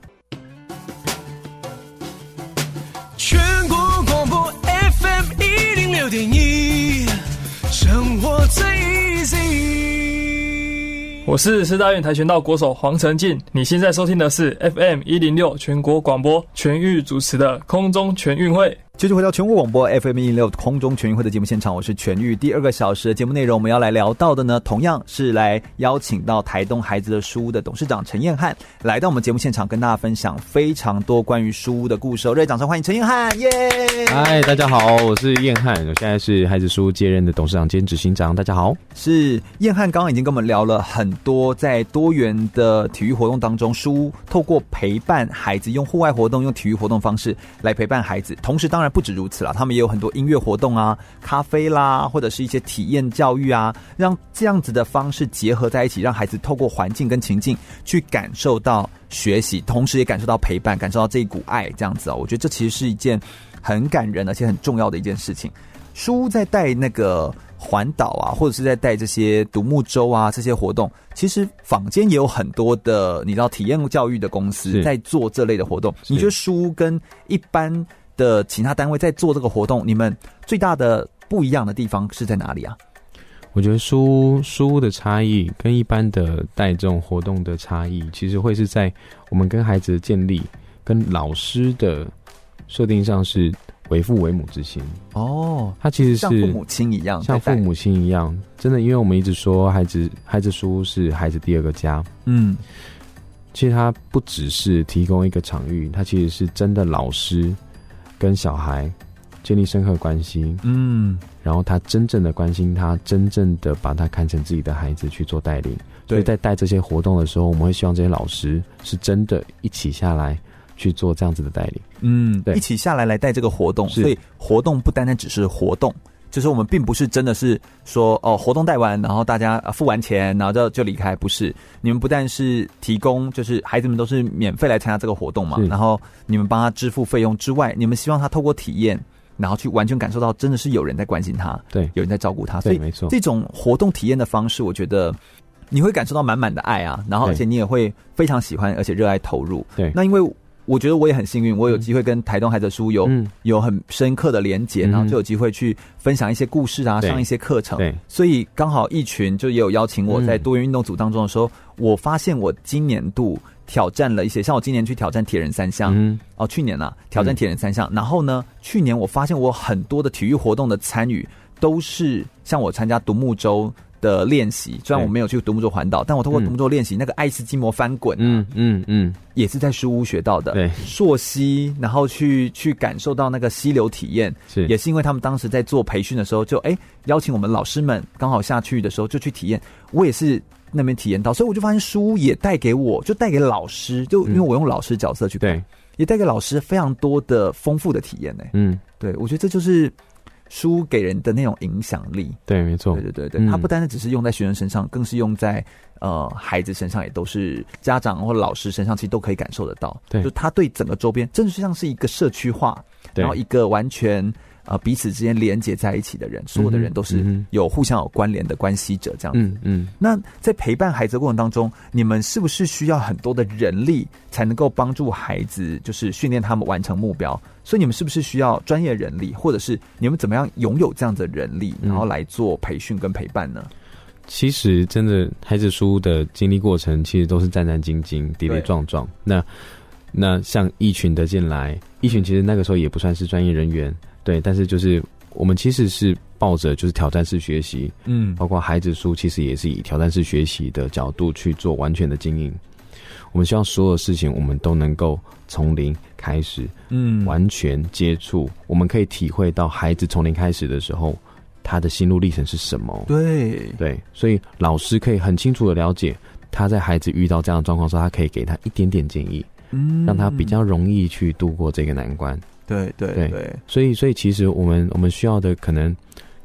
全国广播 FM 一零六点一，生活最 easy。我是师大院跆拳道国手黄成进。你现在收听的是 FM 一零六全国广播全域主持的空中全运会。继续回到全国广播 FM 一六空中全运会的节目现场，我是全玉。第二个小时的节目内容，我们要来聊到的呢，同样是来邀请到台东孩子的书屋的董事长陈彦翰来到我们节目现场，跟大家分享非常多关于书屋的故事哦。热烈掌声欢迎陈彦翰，耶、嗨，大家好，我是燕汉，我现在是孩子书接任的董事长兼执行长。大家好，是燕汉刚刚已经跟我们聊了很多在多元的体育活动当中，书透过陪伴孩子，用户外活动、用体育活动方式来陪伴孩子。同时，当然不止如此啦，他们也有很多音乐活动啊、咖啡啦，或者是一些体验教育啊，让这样子的方式结合在一起，让孩子透过环境跟情境去感受到学习，同时也感受到陪伴，感受到这一股爱，这样子啊、我觉得这其实是一件很感人而且很重要的一件事情。书在带那个环岛啊，或者是在带这些独木舟啊这些活动，其实坊间也有很多的，你知道体验教育的公司是在做这类的活动。是你觉得书跟一般的其他单位在做这个活动，你们最大的不一样的地方是在哪里啊？我觉得书书屋的差异跟一般的带这种活动的差异，其实会是在我们跟孩子的建立跟老师的设定上是为父为母之心，哦，他其实像父是母亲一样，像在父带，母亲一样，真的，因为我们一直说孩子孩子书屋是孩子第二个家，嗯，其实它不只是提供一个场域，它其实是真的老师跟小孩建立深刻关系，嗯，然后他真正的关心他，真正的把他看成自己的孩子去做带领。所以对，在带这些活动的时候，我们会希望这些老师是真的一起下来去做这样子的带领。嗯，对一起下来来带这个活动，是所以活动不单单只是活动，就是我们并不是真的是说哦，活动带完，然后大家呃付完钱，然后就就离开，不是。你们不但是提供，就是孩子们都是免费来参加这个活动嘛是，然后你们帮他支付费用之外，你们希望他透过体验，然后去完全感受到真的是有人在关心他，对有人在照顾他，所对，以没错，这种活动体验的方式，我觉得你会感受到满满的爱啊，然后而且你也会非常喜欢，而且热爱投入。对那因为我觉得我也很幸运，我有机会跟台东孩子书有、嗯，有很深刻的连结，嗯哼然后就有机会去分享一些故事啊，对上一些课程。对，所以刚好一群就也有邀请我嗯在多元运动组当中的时候，我发现我今年度挑战了一些，像我今年去挑战铁人三项，嗯，哦，去年啊，挑战铁人三项。然后呢，去年我发现我很多的体育活动的参与都是像我参加独木舟的练习，虽然对我没有去独木舟环岛，但我通过嗯独木舟练习、那个爱斯基摩翻滚，嗯，嗯嗯嗯，也是在书屋学到的。对溯溪，然后去去感受到那个溪流体验，是也是因为他们当时在做培训的时候就，哎邀请我们老师们刚好下去的时候就去体验，我也是那边体验到，所以我就发现书也带给我，就带给老师，就因为嗯我用老师角色去看对，也带给老师非常多的丰富的体验呢、嗯对我觉得这就是书给人的那种影响力。对，没错对，对对对，嗯它不单单只是用在学生身上，更是用在呃孩子身上，也都是家长或老师身上，其实都可以感受得到。对就他对整个周边，真的是像是一个社区化，对然后一个完全呃彼此之间连接在一起的人，所有的人都嗯是哼有互相有关联的关系者这样子。嗯嗯，那在陪伴孩子的过程当中，你们是不是需要很多的人力才能够帮助孩子，就是训练他们完成目标？所以你们是不是需要专业人力，或者是你们怎么样拥有这样的人力，嗯然后来做培训跟陪伴呢？其实真的孩子书的经历过程，其实都是战战兢兢、跌跌撞撞。那那像一群的进来，一群其实那个时候也不算是专业人员，对，但是就是我们其实是抱着就是挑战式学习，嗯，包括孩子书其实也是以挑战式学习的角度去做完全的经营。我们希望所有事情我们都能够从零开始，嗯完全接触，我们可以体会到孩子从零开始的时候，他的心路历程是什么。对，对，所以老师可以很清楚的了解他在孩子遇到这样的状况的时候，他可以给他一点点建议，嗯让他比较容易去度过这个难关。对对对对所以，所以其实我们我们需要的可能，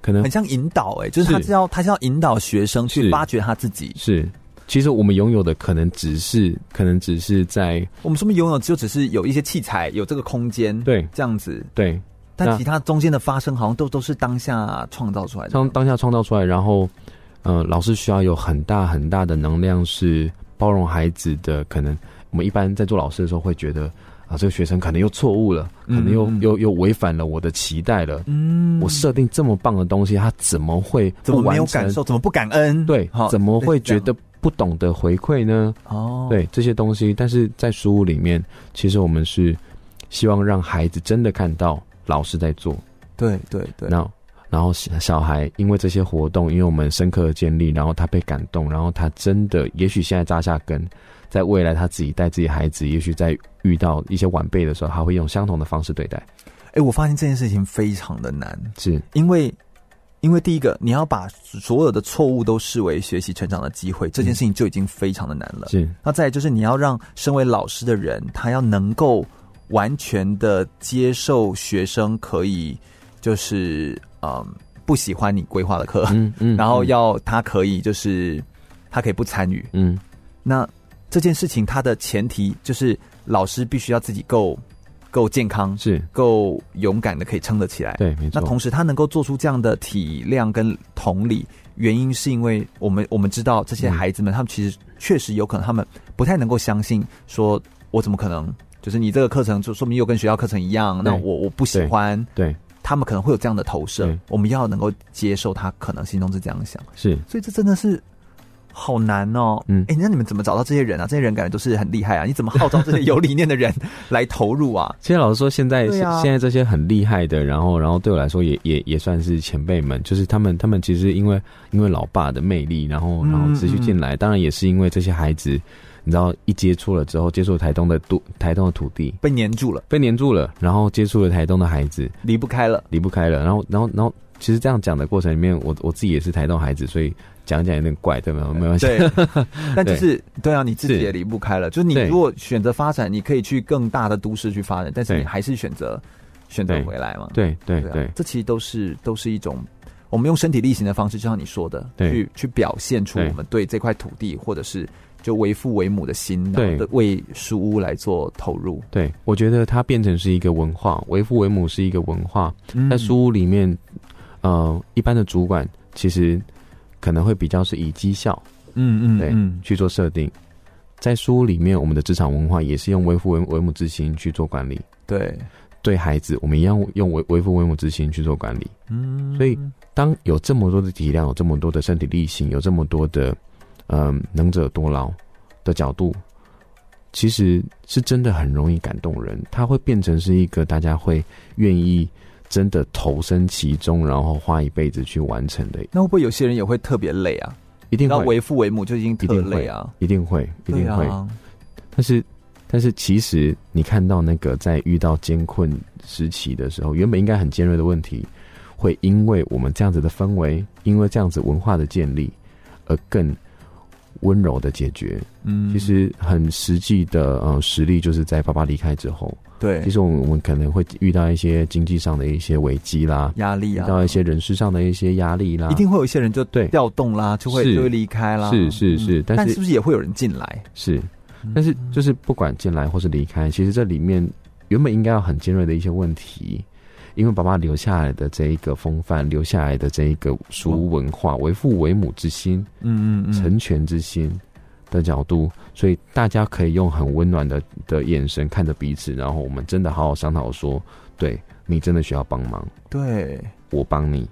可能很像引导哎、就是他是是要他是要引导学生去是发掘他自己。是，其实我们拥有的可能只是，可能只是在我们说明拥有就只是有一些器材，有这个空间，对这样子，对，但那其他中间的发生好像都都是当下创造出来的。当当下创造出来，然后，呃，老师需要有很大很大的能量，是包容孩子的。可能我们一般在做老师的时候，会觉得啊，这个学生可能又错误了，可能又、嗯嗯又又违反了我的期待了。嗯我设定这么棒的东西，他怎么会怎么不没有完感成？受？怎么不感恩？对好，，怎么会觉得不懂得回馈呢？哦，对这些东西，但是在书屋里面，其实我们是希望让孩子真的看到老师在做，对对对，那然后小小孩因为这些活动，因为我们深刻的建立，然后他被感动，然后他真的也许现在扎下根，在未来他自己带自己孩子，也许在遇到一些晚辈的时候，他会用相同的方式对待。哎，我发现这件事情非常的难，是因为因为第一个，你要把所有的错误都视为学习成长的机会，这件事情就已经非常的难了。嗯是，那再来就是你要让身为老师的人，他要能够完全的接受学生可以就是嗯不喜欢你规划的课，嗯 [laughs] [laughs] 嗯然后要他可以就是他可以不参与。嗯那这件事情它的前提就是老师必须要自己够够健康，是够勇敢的，可以撑得起来。嗯对，没那错。同时，他能够做出这样的体谅跟同理，原因是因为我们我们知道这些孩子们，他们其实确实有可能，他们不太能够相信，说我怎么可能？就是你这个课程，就说明又跟学校课程一样，那对我我不喜欢，对，他们可能会有这样的投射对。我们要能够接受他可能心中是这样想，是所以这真的是好难哦。嗯哎、那你们怎么找到这些人啊？这些人感觉都是很厉害啊，你怎么号召这些有理念的人 [laughs] 来投入啊？其实老实说，现在、对啊现在这些很厉害的，然后然后对我来说也也也算是前辈们，就是他们他们其实因为因为老爸的魅力，然后嗯然后持续进来，当然也是因为这些孩子，你知道一接触了之后，接触台东的土台东的土地被黏住了，被黏住了，然后接触了台东的孩子，离不开了。离不开了，然后然后然后其实这样讲的过程里面，我我自己也是台东孩子，所以讲一讲有点怪，对吗？没关系，对， [laughs] 但就是对啊，你自己也离不开了。就是你对如果选择发展，你可以去更大的都市去发展，但是你对还是选择选择回来嘛。对对啊对，这其实都是都是一种我们用身体力行的方式，就像你说的，对去去表现出对我们对这块土地或者是就为父为母的心，对然后为书屋来做投入。对，我觉得它变成是一个文化，为父为母是一个文化，在但书屋里面，呃，一般的主管其实可能会比较是以绩效嗯嗯对嗯去做设定。在书屋里面，我们的职场文化也是用为父为为母之心去做管理。对对孩子，我们一样用为为父为母之心去做管理。嗯，所以当有这么多的体谅，有这么多的身体力行，有这么多的嗯、能者多劳的角度，其实是真的很容易感动人。它会变成是一个大家会愿意真的投身其中，然后花一辈子去完成的，那会不会有些人也会特别累啊？一定然后会，为父为母就已经一特定累会啊，，一定会，一定会。对啊但是，但是其实你看到那个在遇到艰困时期的时候，原本应该很尖锐的问题，会因为我们这样子的氛围，因为这样子文化的建立，而更温柔的解决。嗯，其实很实际的呃实力，就是在爸爸离开之后，对其实我们我们可能会遇到一些经济上的一些危机啦，压力遇啊，到一些人事上的一些压力啦，一定会有一些人就对调动啦，就会是就会离开啦。是是是嗯但是是不是也会有人进来？是，但是就是不管进来或是离开，其实这里面原本应该要很尖锐的一些问题，因为爸爸留下来的这一个风范，留下来的这一个俗屋文化，为父为母之心，嗯嗯嗯，成全之心。的角度，所以大家可以用很温暖的的眼神看着彼此，然后我们真的好好商讨说，对你真的需要帮忙，对，我帮你，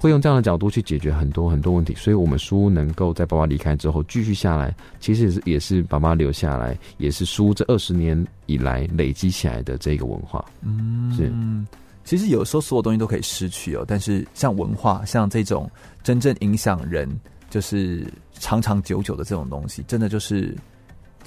会用这样的角度去解决很多很多问题。所以，我们书能够在爸爸离开之后继续下来，其实也是也是爸爸留下来，也是书这二十年以来累积起来的这个文化。嗯，是嗯。其实有时候所有东西都可以失去哦，但是像文化，像这种真正影响人，就是长长久久的这种东西，真的就是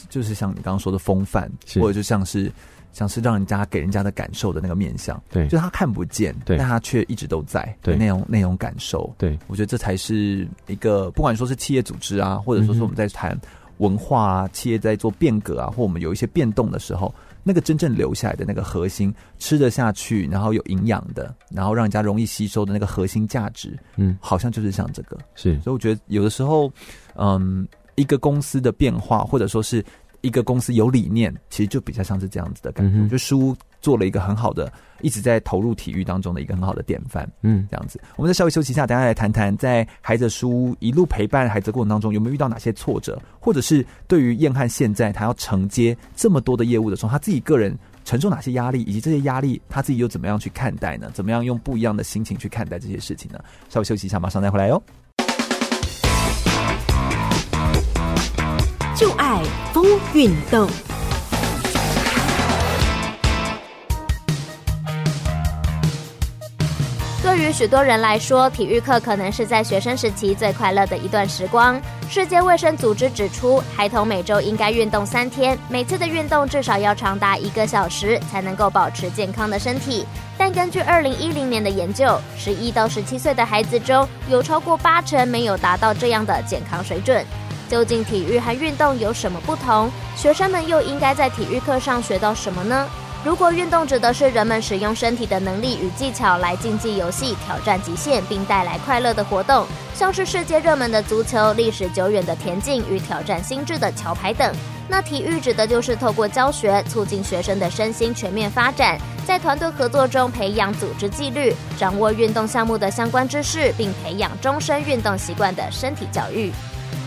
就是像你刚刚说的风范，是或者就像是像是让人家给人家的感受的那个面相，对就他看不见，对但他却一直都在，对那种那种感受，对，我觉得这才是一个，不管说是企业组织啊，或者嗯说是我们在谈文化啊，企业在做变革啊，或我们有一些变动的时候，那个真正留下来的那个核心，吃得下去，然后有营养的，然后让人家容易吸收的那个核心价值，嗯，好像就是像这个。是所以我觉得有的时候，嗯，一个公司的变化，或者说是一个公司有理念，其实就比较像是这样子的感觉。嗯哼我觉得书做了一个很好的，一直在投入体育当中的一个很好的典范。嗯这样子。我们再稍微休息一下，等一下来谈谈在孩子的书屋一路陪伴孩子的过程当中，有没有遇到哪些挫折，或者是对于燕汉现在他要承接这么多的业务的时候，他自己个人承受哪些压力，以及这些压力他自己又怎么样去看待呢？怎么样用不一样的心情去看待哦这些事情呢？稍微休息一下，马上再回来哟、海风运动。对于许多人来说，体育课可能是在学生时期最快乐的一段时光。世界卫生组织指出，孩童每周应该运动三天，每次的运动至少要长达一个小时，才能够保持健康的身体。但根据二零一零年的研究，十一到十七岁的孩子中有超过八成没有达到这样的健康水准。究竟体育和运动有什么不同？学生们又应该在体育课上学到什么呢？如果运动指的是人们使用身体的能力与技巧来竞技游戏、挑战极限，并带来快乐的活动，像是世界热门的足球、历史久远的田径与挑战心智的桥牌等，那体育指的就是透过教学促进学生的身心全面发展，在团队合作中培养组织纪律，掌握运动项目的相关知识，并培养终身运动习惯的身体教育。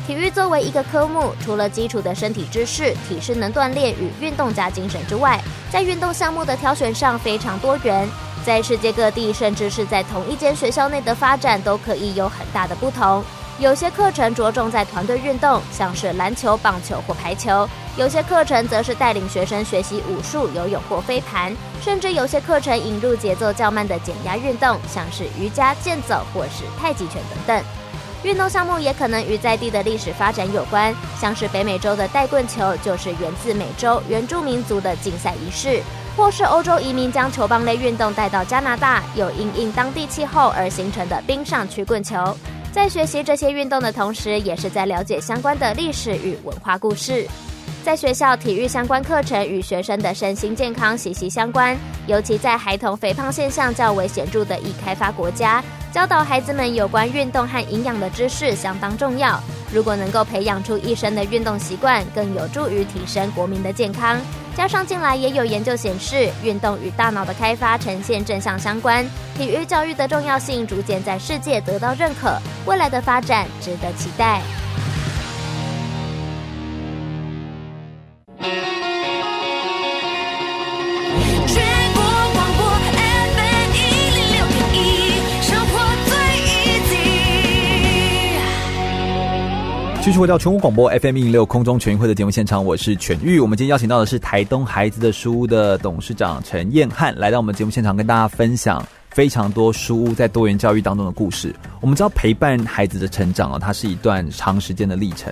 体育作为一个科目，除了基础的身体知识、体适能锻炼与运动加精神之外，在运动项目的挑选上非常多元，在世界各地甚至是在同一间学校内的发展都可以有很大的不同。有些课程着重在团队运动，像是篮球、棒球或排球；有些课程则是带领学生学习武术、游泳或飞盘，甚至有些课程引入节奏较慢的减压运动，像是瑜伽、健走或是太极拳等等。运动项目也可能与在地的历史发展有关，像是北美洲的带棍球就是源自美洲原住民族的竞赛仪式，或是欧洲移民将球棒类运动带到加拿大，有因应当地气候而形成的冰上曲棍球。在学习这些运动的同时，也是在了解相关的历史与文化故事。在学校，体育相关课程与学生的身心健康息息相关，尤其在孩童肥胖现象较为显著的已开发国家，教导孩子们有关运动和营养的知识相当重要。如果能够培养出一身的运动习惯，更有助于提升国民的健康。加上近来也有研究显示，运动与大脑的开发呈现正向相关，体育教育的重要性逐渐在世界得到认可，未来的发展值得期待。全国广播 FM 一零六点一，生活最 easy。继续回到全国广播 FM 一零六空中全运会的节目现场，我是全玉。我们今天邀请到的是台东孩子的书屋的董事长陈燕汉，来到我们节目现场，跟大家分享非常多书屋在多元教育当中的故事。我们知道陪伴孩子的成长啊，它是一段长时间的历程。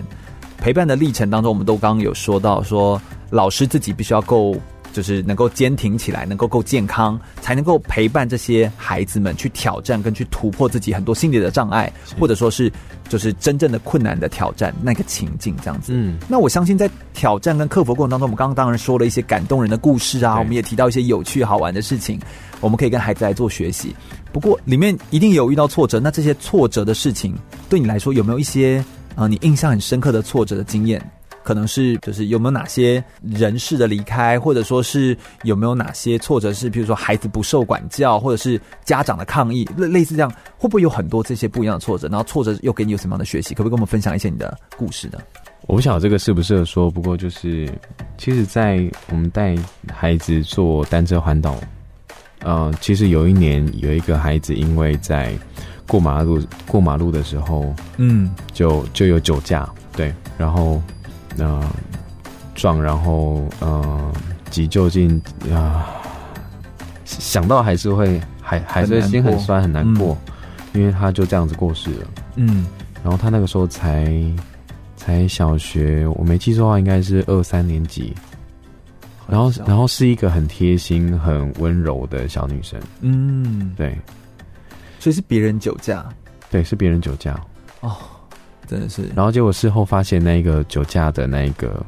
陪伴的历程当中，我们都刚刚有说到说，老师自己必须要够，就是能够坚挺起来，能够够健康，才能够陪伴这些孩子们去挑战跟去突破自己很多心理的障碍，或者说是就是真正的困难的挑战那个情境这样子。嗯那我相信在挑战跟克服过程当中，我们刚刚当然说了一些感动人的故事啊，对我们也提到一些有趣好玩的事情，我们可以跟孩子来做学习。不过里面一定有遇到挫折，那这些挫折的事情对你来说有没有一些呃你印象很深刻的挫折的经验？可能是就是有没有哪些人事的离开，或者说是有没有哪些挫折是，比如说孩子不受管教，或者是家长的抗议，类类似这样，会不会有很多这些不一样的挫折？然后挫折又给你有什么样的学习？可不可以跟我们分享一些你的故事呢？我不晓得这个适不适合说，不过就是，其实，在我们带孩子做单车环岛，呃，其实有一年有一个孩子因为在过马路过马路的时候嗯，就就有酒驾，对，然后呃撞，然后呃急救进啊、想到还是会还还很是会难心很过酸很难过，因为他就这样子过世了。嗯，然后他那个时候才才小学，我没记错的话应该是二三年级。然哦后，然后是一啊个很贴心、很温柔的小女生。嗯，对，所以是别人酒驾对，是别人酒驾。哦，真的是，然后结果事后发现，那个酒驾的那一个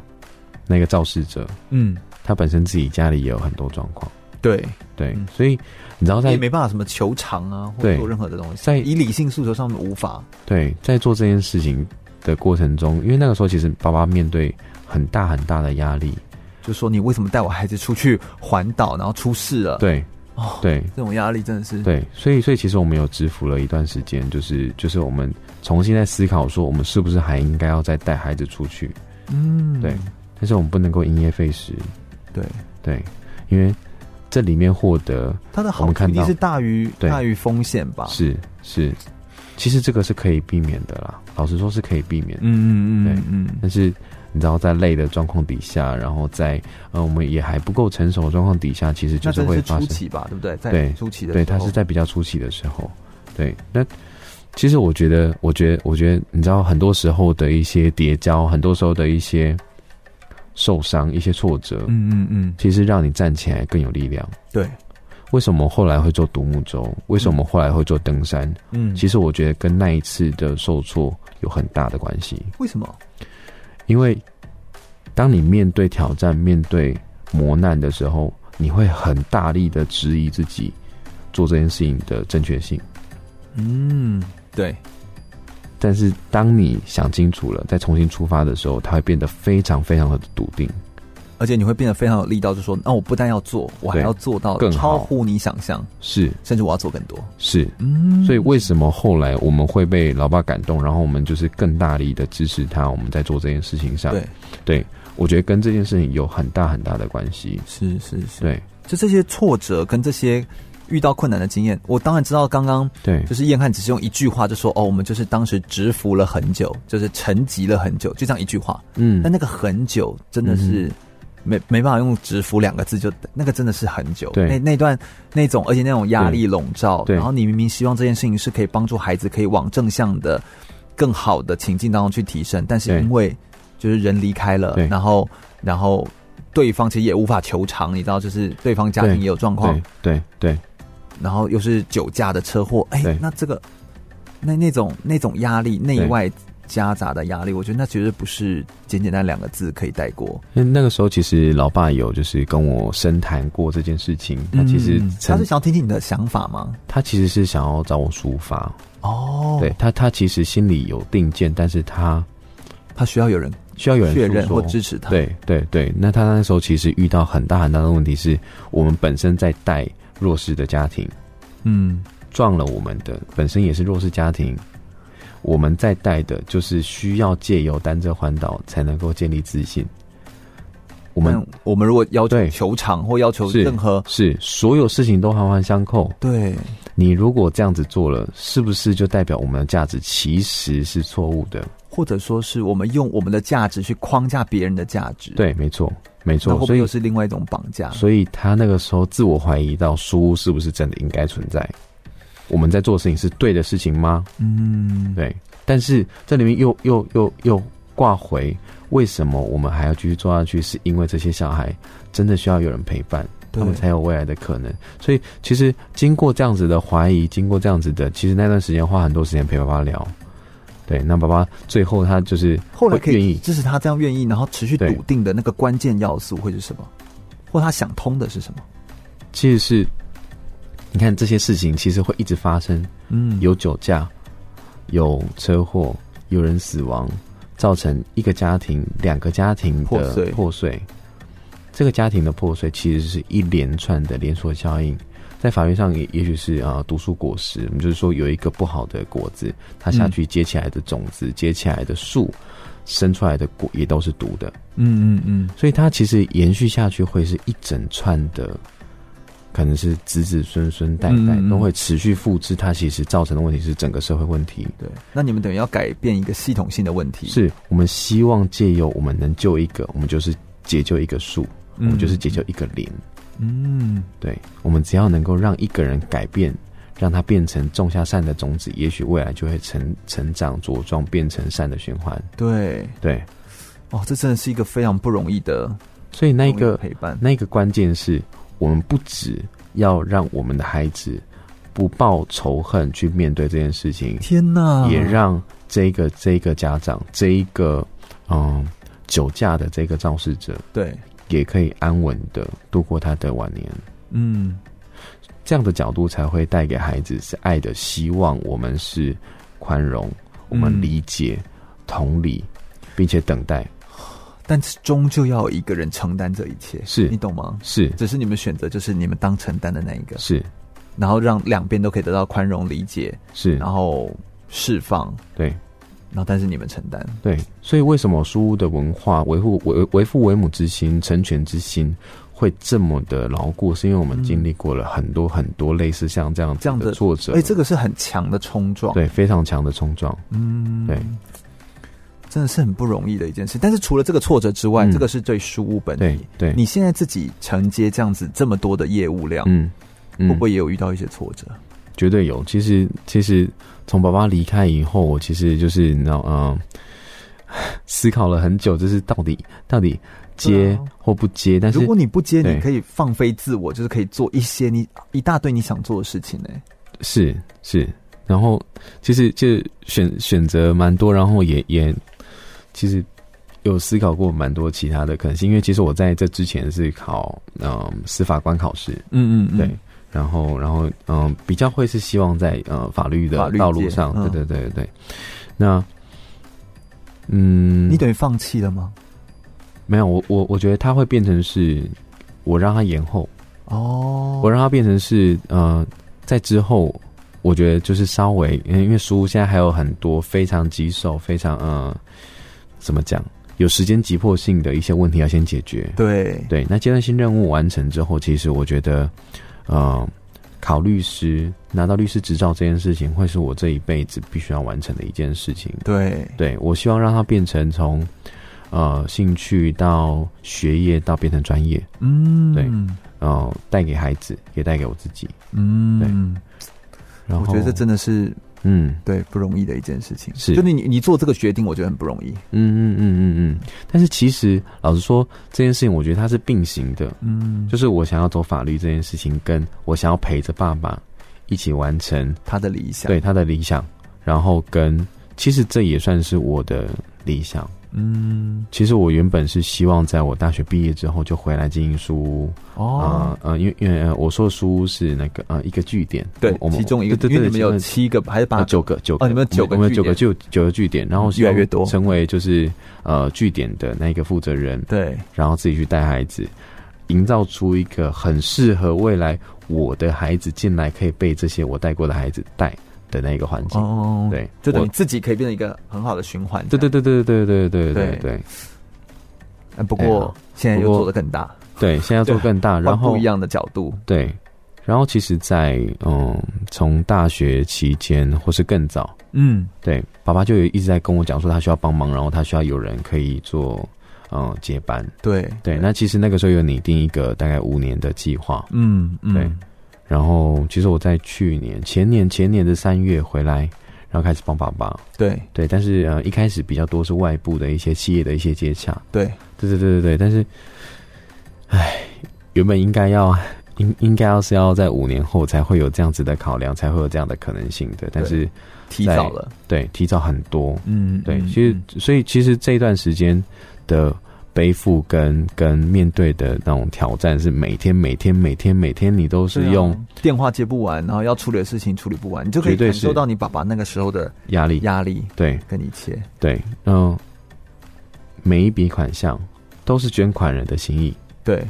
那个肇事者，嗯，他本身自己家里也有很多状况。对，对，嗯所以你知道也在没办法什么求偿啊，或者对做任何的东西，在以理性诉求上面无法，对在做这件事情的过程中，因为那个时候其实爸爸面对很大很大的压力。就说你为什么带我孩子出去环岛，然后出事了，，对，哦，对，这种压力真的是，对，所以所以其实我们有支付了一段时间，就是就是我们重新在思考说，我们是不是还应该要再带孩子出去？嗯，对但是我们不能够因噎废食，对，对，因为这里面获得它的我好们处看一定到是大于对大于风险吧，是是，其实这个是可以避免的啦。老实说是可以避免，嗯，嗯嗯对嗯嗯，但是你知道在累的状况底下，然后在呃我们也还不够成熟的状况底下，其实就嗯那是真的会是发初生。期吧，对不对？在对初期的时对，候，他是在比较初期的时候，对。那其实我觉得，我觉得，我觉得，你知道，很多时候的一些叠交，很多时候的一些受伤、一些挫折，嗯嗯嗯，其实让你站起来更有力量。对，为什么后来会做独木舟？为什么后来会做登山？嗯，其实实我觉得跟那一次的受挫有很大的关系，为什么？因为当你面对挑战、面对磨难的时候，你会很大力的质疑自己做这件事情的正确性。嗯，对，但是当你想清楚了，再重新出发的时候，它会变得非常非常的笃定。而且你会变得非常有力道，就说，那我不但要做，我还对要做到更超好乎你想象，是甚至我要做更多。是，嗯，所以为什么后来我们会被老爸感动，然后我们就是更大力的支持他，我们在做这件事情上。对，对我觉得跟这件事情有很大很大的关系。是是是，对就这些挫折跟这些遇到困难的经验，我当然知道，刚刚对就是燕汉只是用一句话就说，哦，我们就是当时蛰伏了很久，就是沉寂了很久，就这样一句话。嗯但那个很久真的是嗯没、没办法用“直服”两个字就，那个真的是很久。对那那段那种，而且那种压力笼罩，对然后你明明希望这件事情是可以帮助孩子可以往正向的、更好的情境当中去提升，但是对因为就是人离开了对，然后然后对方其实也无法求偿，你知道，就是对方家庭对也有状况对，对对然后又是酒驾的车祸，哎、对那这个那那种那种压力，内对外夹杂的压力，我觉得那绝对不是简简单两个字可以带过。那那个时候其实老爸有就是跟我深谈过这件事情，他其实嗯他曾、是想要听听你的想法吗？他其实是想要找我抒发，哦，对，他他其实心里有定见，但是他他需要有人需要有人确诉认说或支持他。，对对对，那他那时候其实遇到很大很大的问题是，我们本身在带弱势的家庭，嗯，撞了我们的本身也是弱势家庭，我们在带的就是需要借由单车环岛才能够建立自信。我我们我们如果要求对球场或要求是任何是所有事情都环环相扣，对，你如果这样子做了，是不是就代表我们的价值其实是错误的？或者说是我们用我们的价值去框架别人的价值，，对，没错，那没会错。不所会又以，是另外一种绑架？所以他那个时候自我怀疑到书屋是不是真的应该存在？我们在做的事情是对的事情吗？嗯，对。但是这里面又又又又挂回，为什么我们还要继续做下去？是因为这些小孩真的需要有人陪伴，他对们才有未来的可能。所以，其实经过这样子的怀疑，经过这样子的，其实那段时间花很多时间陪爸爸聊。对，那爸爸最后他就是后来可会愿以意，支持他这样愿意，然后持续对笃定的那个关键要素会是什么？或他想通的是什么？其实是你看这些事情其实会一直发生，嗯，有酒驾，有车祸，有人死亡，造成一个家庭、两个家庭的破碎破碎。这个家庭的破碎其实是一连串的连锁效应，在法律上也也许是啊、呃毒树果实，我们就是说有一个不好的果子，它嗯下去结起来的种子、结起来的树，生出来的果也都是毒的，嗯嗯嗯，所以它其实延续下去会是一整串的，可能是子子孙孙代代嗯嗯嗯都会持续复制，它其实造成的问题是整个社会问题。对。那你们等于要改变一个系统性的问题，是我们希望借由我们能救一个，我们就是解救一个树，我嗯们就是解救一个林。嗯，对，我们只要能够让一个人改变，让他变成种下善的种子，也许未来就会成成长茁壮，变成善的循环。对。对，哦，这真的是一个非常不容易的所以那一不容易的个陪伴。那个关键是我们不只要让我们的孩子不抱仇恨去面对这件事情，天哪，也让这个这个家长这一个嗯酒驾的这个肇事者对，也可以安稳的度过他的晚年。嗯，这样的角度才会带给孩子是爱的希望，我们是宽容，我们理解、同理，并且等待。但是终究要有一个人承担这一切，是你懂吗？是只是你们选择就是你们当承担的那一个，是然后让两边都可以得到宽容理解，是然，后释放，对。然后但是你们承担，对，所以为什么书屋的文化维护维维父为母之心、成全之心会这么的牢固？是因为我们经历过了很多很多类似像这样哎这子样的的挫折，哎，这个是很强的冲撞，对非常强的冲撞。嗯，对，真的是很不容易的一件事。但是除了这个挫折之外，嗯这个是对书屋本对体。对，你现在自己承接这样子这么多的业务量，嗯嗯，会不会也有遇到一些挫折？绝对有。其实其实从爸爸离开以后，我其实就是你知道，嗯、 [laughs] 思考了很久，就是到底到底对接啊或不接。但是如果你不接，对你可以放飞自我，就是可以做一些你一大堆你想做的事情哎呢、是是，然后其实就选选择蛮多，然后也也其实有思考过蛮多其他的可能性，因为其实我在这之前是考嗯、司法官考试，嗯嗯，对，然后然后嗯、比较会是希望在呃法律法的律道路界上，嗯对对对对，那嗯，你等于放弃了吗？没有我我我觉得它会变成是我让它延后，哦，我让它变成是呃，在之后，我觉得就是稍微，因为因为书屋现在还有很多非常棘手、非常呃，怎么讲，有时间急迫性的一些问题要先解决。对对，那阶段性任务完成之后，其实我觉得，呃，考律师拿到律师执照这件事情，会是我这一辈子必须要完成的一件事情。对对我希望让它变成从呃兴趣到学业到变成专业，嗯，对然后带给孩子，也带给我自己。嗯，然我后觉得这真的是嗯对不容易的一件事情。是就你你做这个决定，我觉得很不容易。嗯嗯嗯嗯嗯。但是其实老实说，这件事情我觉得它是并行的，嗯，就是我想要走法律这件事情，跟我想要陪着爸爸一起完成他的理想，对，他的理想，然后跟其实这也算是我的理想。嗯，其实我原本是希望在我大学毕业之后就回来经营书屋啊哦，，呃呃，因为因为呃我说的书屋是那个呃一个据点，对我，们其中一个，对因对为对，你们有呃七个还是八啊，个？九个九个，哦你们有九个我们据有九个点就九个据点，然后越来越多成为就是呃据点的那个负责人，对，然后自己去带孩子，营造出一个很适合未来我的孩子进来可以被这些我带过的孩子带的那个环境。哦，，对，就等我于自己可以变成一个很好的循环。对对对对对对对对对对哎，不哎过好现在又不过做得更大，对，现在要做更大，然换不后一样的角度。对，然后其实在，嗯，从大学期间或是更早，嗯，对，爸爸就有一直在跟我讲说他需要帮忙，然后他需要有人可以做嗯接班。对对，那其实那个时候有拟定一个大概五年的计划，嗯嗯对然后其实我在去年、前年、前年的三月回来，然后开始帮爸爸。对对，但是呃一开始比较多是外部的一些企业的一些接洽。对，对对对对对，但是，唉，原本应该要应应该要是要在五年后才会有这样子的考量，才会有这样的可能性的，但是提早了。对提早很多。嗯，对，嗯其实嗯所以其实这一段时间的背负跟跟面对的那种挑战是每天每天每天每天你都是对啊用电话接不完，然后要处理的事情处理不完，你就可以绝对感是受到你爸爸那个时候的压力，压力对跟一切。对，嗯、每一笔款项都是捐款人的心意，对，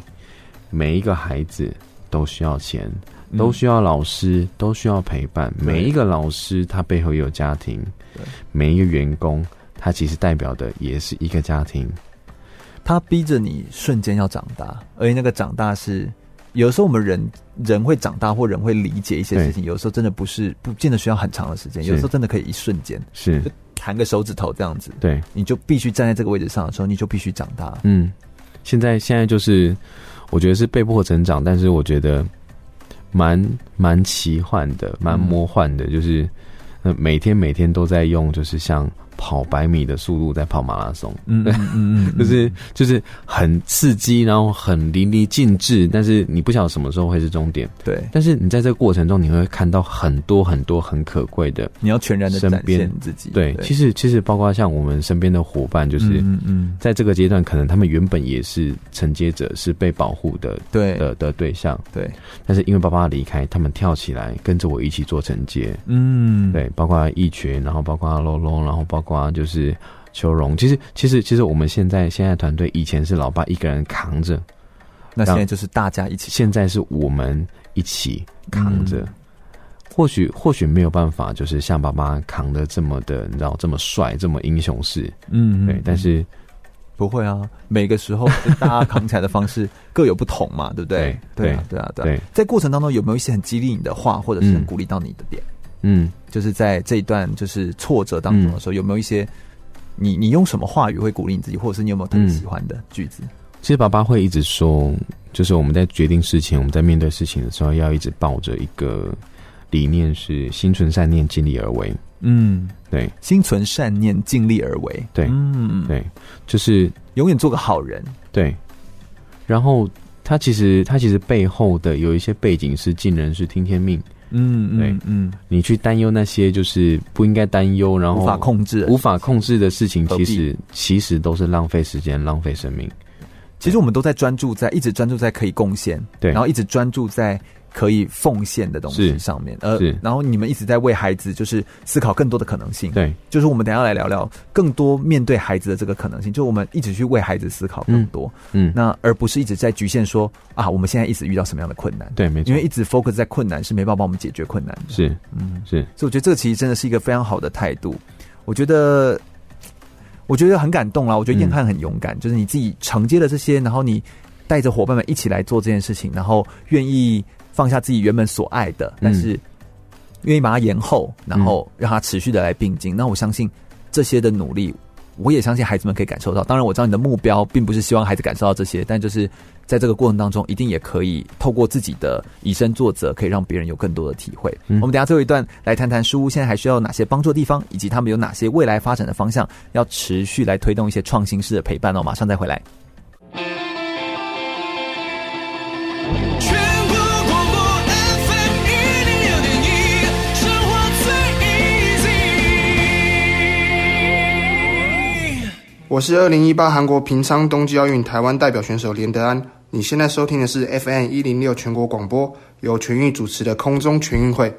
每一个孩子都需要钱，嗯都需要老师，都需要陪伴。对每一个老师他背后也有家庭对，每一个员工他其实代表的也是一个家庭。他逼着你瞬间要长大，而且那个长大是，有时候我们人人会长大或人会理解一些事情，有时候真的不是不见得需要很长的时间，是有时候真的可以一瞬间是就弹个手指头这样子，对，你就必须站在这个位置上的时候，你就必须长 [laughs] 大。嗯，现在现在就是我觉得是被迫成长，但是我觉得蛮蛮奇幻的，嗯蛮魔幻的，就是呃每天每天都在用，就是像跑百米的速度在跑马拉松。嗯嗯嗯嗯，就是就是很刺激，然后很淋漓尽致，但是你不晓得什么时候会是终点。对，但是你在这个过程中，你会看到很多很多很可贵的。你要全然的身展边现你自己。对，其实其实包括像我们身边的伙伴，就是嗯嗯，在这个阶段，可能他们原本也是承接者，是被保护的对的的对象，对，但是因为爸爸离开，他们跳起来跟着我一起做承接。嗯，对，包括一群，然后包括龙龙，然后包括就是秋荣。其实其实其实我们现在现在团队以前是老爸一个人扛着，那现在就是大家一起现在是我们一起扛着。嗯或许或许没有办法，就是像爸爸扛的这么的，你知道这么帅，这么英雄式，嗯，嗯对。但是不会啊，每个时候大家扛起来的方式 [laughs] 各有不同嘛，对不对？对啊，对啊，对啊。对，在过程当中有没有一些很激励你的话，或者是很嗯鼓励到你的点？嗯嗯就是在这一段就是挫折当中的时候，有没有一些你你用什么话语会鼓励你自己，或者是你有没有特别喜欢的句子？其实爸爸会一直说，就是我们在决定事情，我们在面对事情的时候，要一直抱着一个理念是心存善念，尽力而为。嗯，对心存善念，尽力而为。对嗯，对，就是永远做个好人。对。然后他其实他其实背后的有一些背景是尽人事听天命，嗯，对嗯嗯，你去担忧那些就是不应该担忧，然后无法控制的无法控制的事情，何其必实其实都是浪费时间、浪费生命。其实我们都在专注在一直专注在可以贡献，对然后一直专注在可以奉献的东西是上面，呃是，然后你们一直在为孩子就是思考更多的可能性，，对，就是我们等一下来聊聊更多面对孩子的这个可能性，就我们一直去为孩子思考更多，嗯，那而不是一直在局限说啊，我们现在一直遇到什么样的困难，，对，没错，因为一直 focus 在困难是没办法帮我们解决困难的，是嗯，是，所以我觉得这个其实真的是一个非常好的态度。我觉得，我觉得很感动啦。我觉得燕汉很勇敢，就是你自己承接了这些，然后你带着伙伴们一起来做这件事情，然后愿意放下自己原本所爱的，但是愿意把它延后，然后让它持续的来并进。那我相信这些的努力。我也相信孩子们可以感受到，当然我知道你的目标并不是希望孩子感受到这些，但就是在这个过程当中，一定也可以透过自己的以身作则，可以让别人有更多的体会。嗯我们等一下最后一段来谈谈书屋现在还需要哪些帮助的地方，以及他们有哪些未来发展的方向，要持续来推动一些创新式的陪伴哦。马上再回来。全国广播 FM 一零六点一，生活最 easy。我是二零一八韩国平昌冬季奥运台湾代表选手连德安。你现在收听的是 FM 一零六全国广播，由全运主持的空中全运会。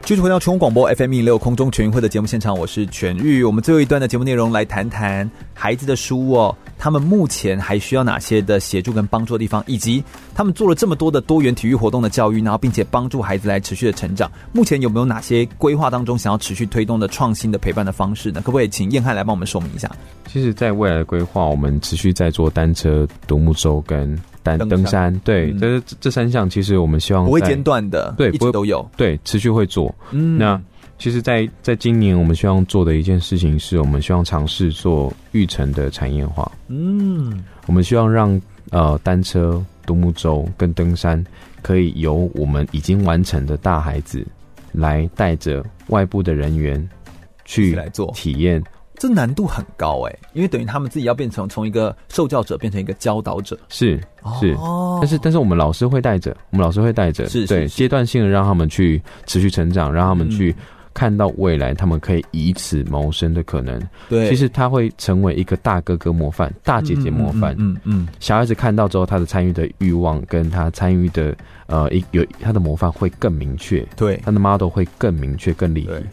继续回到全国广播 FM 一六空中全运会的节目现场，我是全玉。我们最后一段的节目内容来谈谈孩子的书哦，他们目前还需要哪些的协助跟帮助的地方，以及他们做了这么多的多元体育活动的教育，然后并且帮助孩子来持续的成长。目前有没有哪些规划当中想要持续推动的创新的陪伴的方式呢？可不可以请燕汉来帮我们说明一下？其实，在未来的规划，我们持续在做单车、独木舟跟单登登山山，对，嗯这这三项，其实我们希望不会在间断的，对一不直会都有。对，持续会做。嗯那其实在，在今年，我们希望做的一件事情是，我们希望尝试做育成的产业化。嗯，我们希望让呃单车、独木舟跟登山，可以由我们已经完成的大孩子来带着外部的人员一起去来做体验。这难度很高哎、因为等于他们自己要变成从一个受教者变成一个教导者，是是，哦但是但是我们老师会带着，我们老师会带着，是是对是嗯阶段性的让他们去持续成长，让他们去看到未来，他们可以以此谋生的可能。对，其实他会成为一个大哥哥模范、大姐姐模范。嗯嗯嗯小孩子看到之后，他的参与的欲望跟他参与的呃一有他的模范会更明确，对他的 model 会更明确、更立体对。对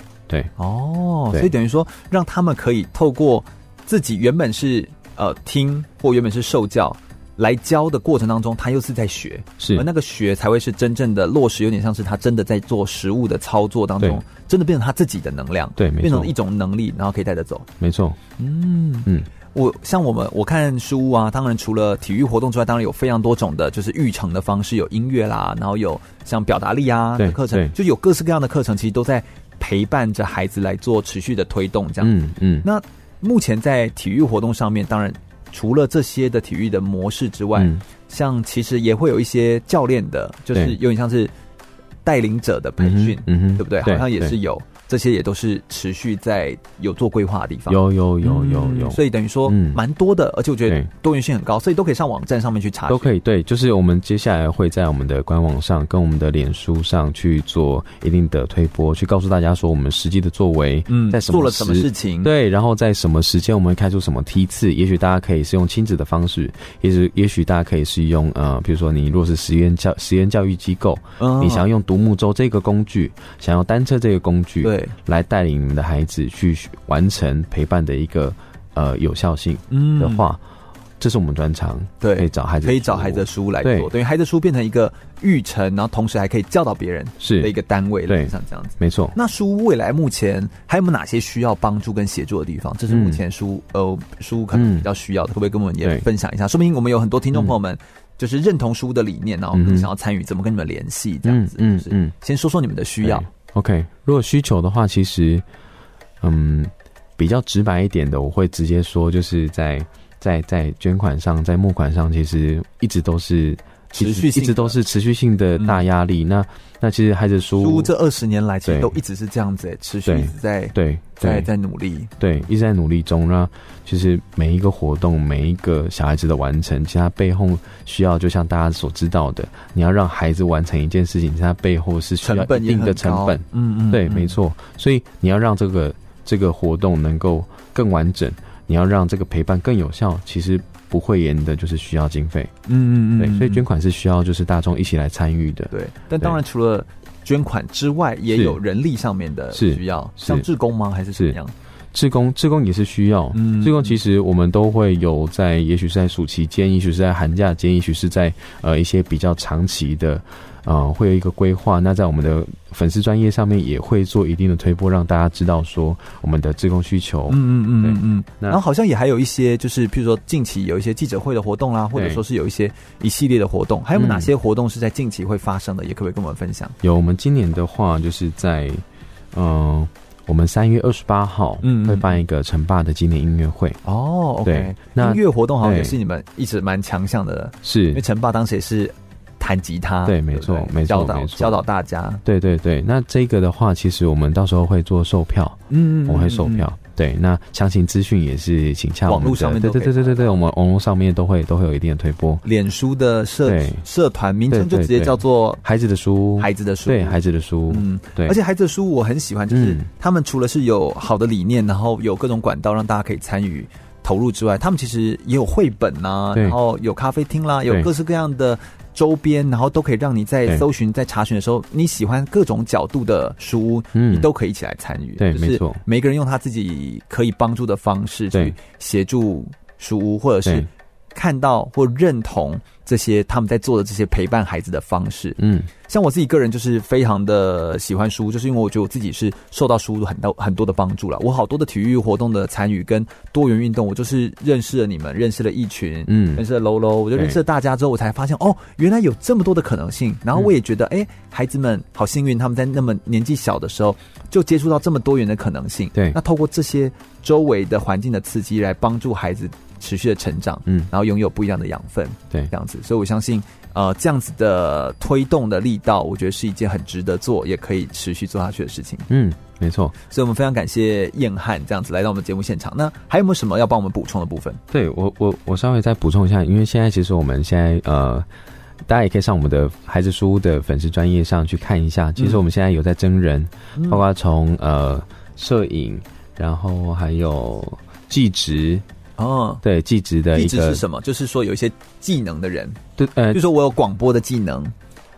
哦，对所以等于说让他们可以透过自己原本是呃听或原本是受教。来教的过程当中，他又是在学，是哦而那个学才会是真正的落实，有点像是他真的在做实物的操作当中对，真的变成他自己的能量，对没错变成一种能力，然后可以带着走。没错，嗯嗯，我像我们我看书啊，当然除了体育活动之外，当然有非常多种的，就是育成的方式，有音乐啦，然后有像表达力啊对的课对程，就有各式各样的课程，其实都在陪伴着孩子来做持续的推动。这样，嗯嗯，那目前在体育活动上面，当然除了这些的体育的模式之外，嗯像其实也会有一些教练的，就是对有点像是带领者的培训，嗯哼嗯哼对不对？对好像也对是有。这些也都是持续在有做规划的地方，有有有有嗯有，所以等于说嗯蛮多的，而且我觉得对多元性很高，所以都可以上网站上面去查询，都可以。对，就是我们接下来会在我们的官网上跟我们的脸书上去做一定的推播，去告诉大家说我们实际的作为，嗯，在什么做了什么时事情，，对，然后在什么时间我们开出什么梯次，也许大家可以是用亲子的方式，也许也许大家可以是用呃，比如说你若是实验教实验教育机构，嗯你想要用独木舟这个工具，想要单车这个工具，，对，来带领你们的孩子去完成陪伴的一个呃有效性嗯的，话，这是我们专长，对可以找孩子，可以找孩子的，书来做，对等于孩子书变成一个育成，然后同时还可以教导别人的一是个单位，对类似像这样子。没错。那书未来目前还有没有哪些需要帮助跟协助的地方？这是目嗯前书、呃书可能比较需要的，可不可以跟我们也对嗯分享一下？说明我们有很多听众朋友们就是认同书的理念，然后可能嗯哼想要参与，怎么跟你们联系这样子？嗯嗯是不是嗯先说说你们的需要对。OK，如果需求的话，其实，嗯，比较直白一点的，我会直接说，就是在在在捐款上，在募款上，其实一直都是其实持续性的一直都是持续性的大压力。那那其实孩子书书这二十年来其实哦对都一直是这样子、欸，持续对一直在对在对在努力。对，一直在努力中。那其实每一个活动，每一个小孩子的完成，其实他背后需要，就像大家所知道的，你要让孩子完成一件事情，其实他背后是需要成本一也定很的成高本。嗯嗯，对，嗯没。错。所以你要让这个这个活动能够更完整，你要让这个陪伴更有效，其实不会言的就是需要经费。嗯嗯嗯，对，嗯所以捐。嗯款是需要就是大众一起来参与的。对，但当然除了捐款之外，也是有人力上面的是需要，是像志工吗？还是怎么样？志工，志工也是需要。嗯志工其实我们都会有在，也许是在暑期间，也许是在寒假间，也许是在呃一些比较长期的，呃，会有一个规划。那在我们的粉丝专业上面也会做一定的推播，让大家知道说我们的志工需求。嗯嗯嗯嗯嗯。那然后好像也还有一些，就是譬如说近期有一些记者会的活动啦，啊或者说是有一些一系列的活动，还有嗯哪些活动是在近期会发生的？也可不可以跟我们分享？有，我们今年的话就是在，嗯、我们三月二十八号嗯嗯会办一个城霸的纪念音乐会。哦，OK，对音那乐活动好像也对是你们一直蛮强项的，因为是，陈爸当时也是弹吉他，对没不错没错教导没错教导大家，对对对。那这个的话，其实我们到时候会做售票，嗯我们会售票。，对，那详情资讯也是请洽我网们的络上面都对可以对对对对对，我们网络上面都会都会有一定的推播。脸书的社对社团名称就直对对接对叫做孩子的书，孩子的书，对孩子的书，嗯，对，而且孩子的书我很喜欢，就是嗯他们除了是有好的理念，然后有各种管道让大家可以参与。投入之外，他们其实也有绘本呐、对然后有咖啡厅啦，有对各式各样的周边，然后都可以让你在对搜寻、在查询的时候，你喜欢各种角度的书屋，嗯你都可以一起来参与。对就是没错每个人用他自己可以帮助的方式去对协助书屋，或者是对，看到或认同这些他们在做的这些陪伴孩子的方式。嗯，像我自己个人就是非常的喜欢书，就是因为我觉得我自己是受到书很多很多的帮助了。我好多的体育活动的参与跟多元运动，我就是认识了你们，认识了一群，嗯认识了喽喽，我就对嗯认识了大家之后，我才发现哦，原来有这么多的可能性。然后我也觉得，哎、孩子们好幸运，他们在那么年纪小的时候就接触到这么多元的可能性。对那透过这些周围的环境的刺激来帮助孩子持续的成长，嗯然后拥有不一样的养分。对这样子，所以我相信，呃，这样子的推动的力道，我觉得是一件很值得做，也可以持续做下去的事情。嗯，没错。所以，我们非常感谢燕汉这样子来到我们节目现场。那还有没有什么要帮我们补充的部分？对我我我稍微再补充一下，因为现在其实我们现在呃，大家也可以上我们的孩子书屋的粉丝专业上去看一下。嗯其实我们现在有在真人，包括从呃摄影，然后还有技职，哦，对技职的地一址个是什么？就是说有一些技能的人，对呃比如说我有广播的技能，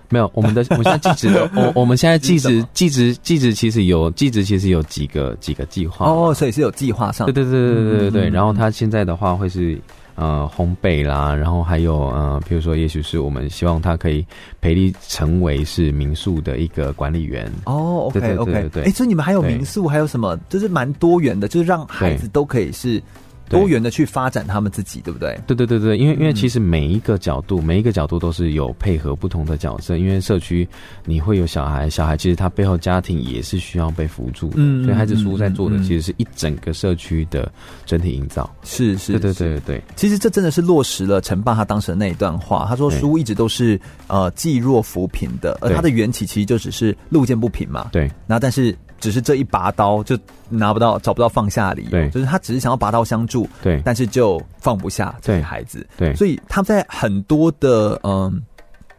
没有我们的我们现在技 [laughs] 职的我我们现在技是什职么技职技职其实有技职其实有几个几个计划哦，所以是有计划上对。对对对对对对。嗯嗯嗯然后它现在的话会是呃烘焙啦，然后还有呃，比如说也许是我们希望它可以培力成为是民宿的一个管理员。哦，OK 对对对 OK，对对哎，所以你们还有对民宿，还有什么？就是蛮多元的，就是让孩子都可以是对多元的去发展他们自己，对不对？对对对对，因为因为嗯其实每一个角度，每一个角度都是有配合不同的角色。因为社区你会有小孩，小孩其实他背后家庭也是需要被辅助的，嗯所以孩子嗯书在做的嗯嗯其实是一整个社区的整体营造。是是，对对是对对对，其实这真的是落实了陈爸他当时的那一段话。他说对书一直都是呃济弱扶贫的，而对它的缘起其实就只是路见不平嘛。对然后但是只是这一拔刀就拿不到，找不到放下的理由，对就是他只是想要拔刀相助，对但是就放不下这对些孩子。对所以他在很多的嗯。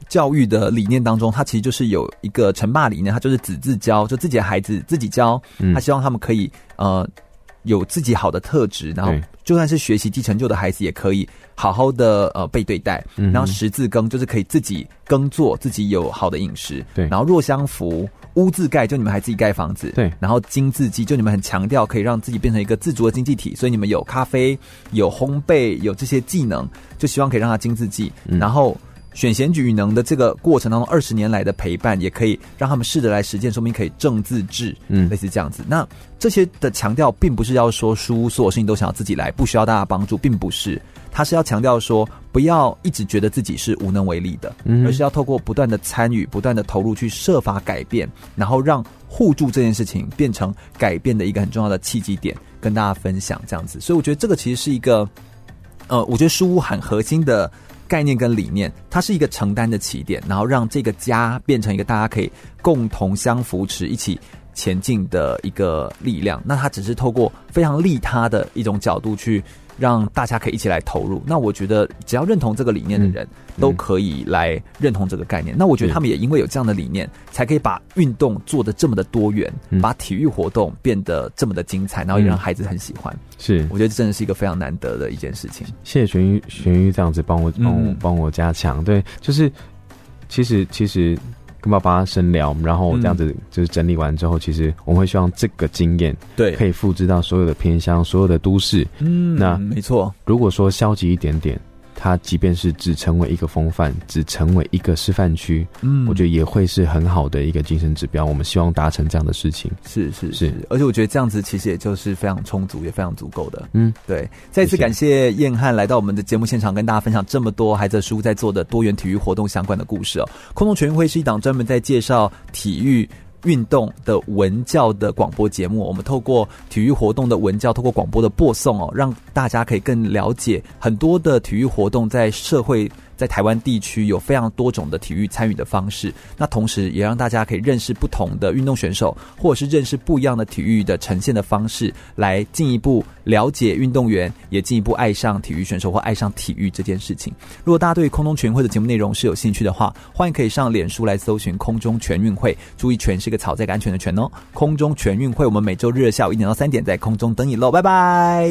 教育的理念当中，他其实就是有一个成霸理念，他就是子自教，就自己的孩子自己教，嗯他希望他们可以呃有自己好的特质，然后对就算是学习低成就的孩子，也可以好好的呃被对待。嗯哼然后十字耕就是可以自己耕作，自己有好的饮食。对然后若相扶，屋自盖，就你们还自己盖房子。对然后经自济，就你们很强调可以让自己变成一个自足的经济体，所以你们有咖啡、有烘焙、有这些技能，就希望可以让他经自济。嗯然后选贤举能的这个过程当中，二十年来的陪伴，也可以让他们试着来实践，说明可以正自治，嗯，类似这样子。那这些的强调，并不是要说书所有事情都想要自己来，不需要大家帮助，并不是，他是要强调说，不要一直觉得自己是无能为力的，嗯而是要透过不断的参与、不断的投入去设法改变，然后让互助这件事情变成改变的一个很重要的契机点，跟大家分享这样子。所以我觉得这个其实是一个，呃，我觉得书屋很核心的概念跟理念，它是一个承担的起点，然后让这个家变成一个大家可以共同相扶持、一起前进的一个力量。那它只是透过非常利他的一种角度去。让大家可以一起来投入。那我觉得，只要认同这个理念的人，都可以来认同这个概念。那我觉得他们也因为有这样的理念，才可以把运动做得这么的多元，嗯把体育活动变得这么的精彩，然后也让孩子很喜欢。是我觉得这真的是一个非常难得的一件事情。谢谢玄玉，玄玉这样子帮我帮我嗯帮我加强，对，就是其实其实跟爸爸深聊，然后我这样子就是整理完之后，其实我们会希望这个经验对可以复制到所有的偏乡、所有的都市。嗯那没错，如果说消极一点点，它即便是只成为一个风范，只成为一个示范区，嗯我觉得也会是很好的一个精神指标。我们希望达成这样的事情。是是是是，而且我觉得这样子其实也就是非常充足，也非常足够的。嗯，对，再次感谢燕汉来到我们的节目现场，跟大家分享这么多孩子的书在做的多元体育活动相关的故事哦。空中全运会是一档专门在介绍体育。运动的文教的广播节目，我们透过体育活动的文教，透过广播的播送哦，让大家可以更了解很多的体育活动在社会在台湾地区有非常多种的体育参与的方式。那同时也让大家可以认识不同的运动选手，或者是认识不一样的体育的呈现的方式，来进一步了解运动员，也进一步爱上体育选手或爱上体育这件事情。如果大家对空中全运会的节目内容是有兴趣的话，欢迎可以上脸书来搜寻“空中全运会”，注意“全”是个草在安全的“全”哦。空中全运会，我们每周日下午一点到三点在空中等你喽，拜拜。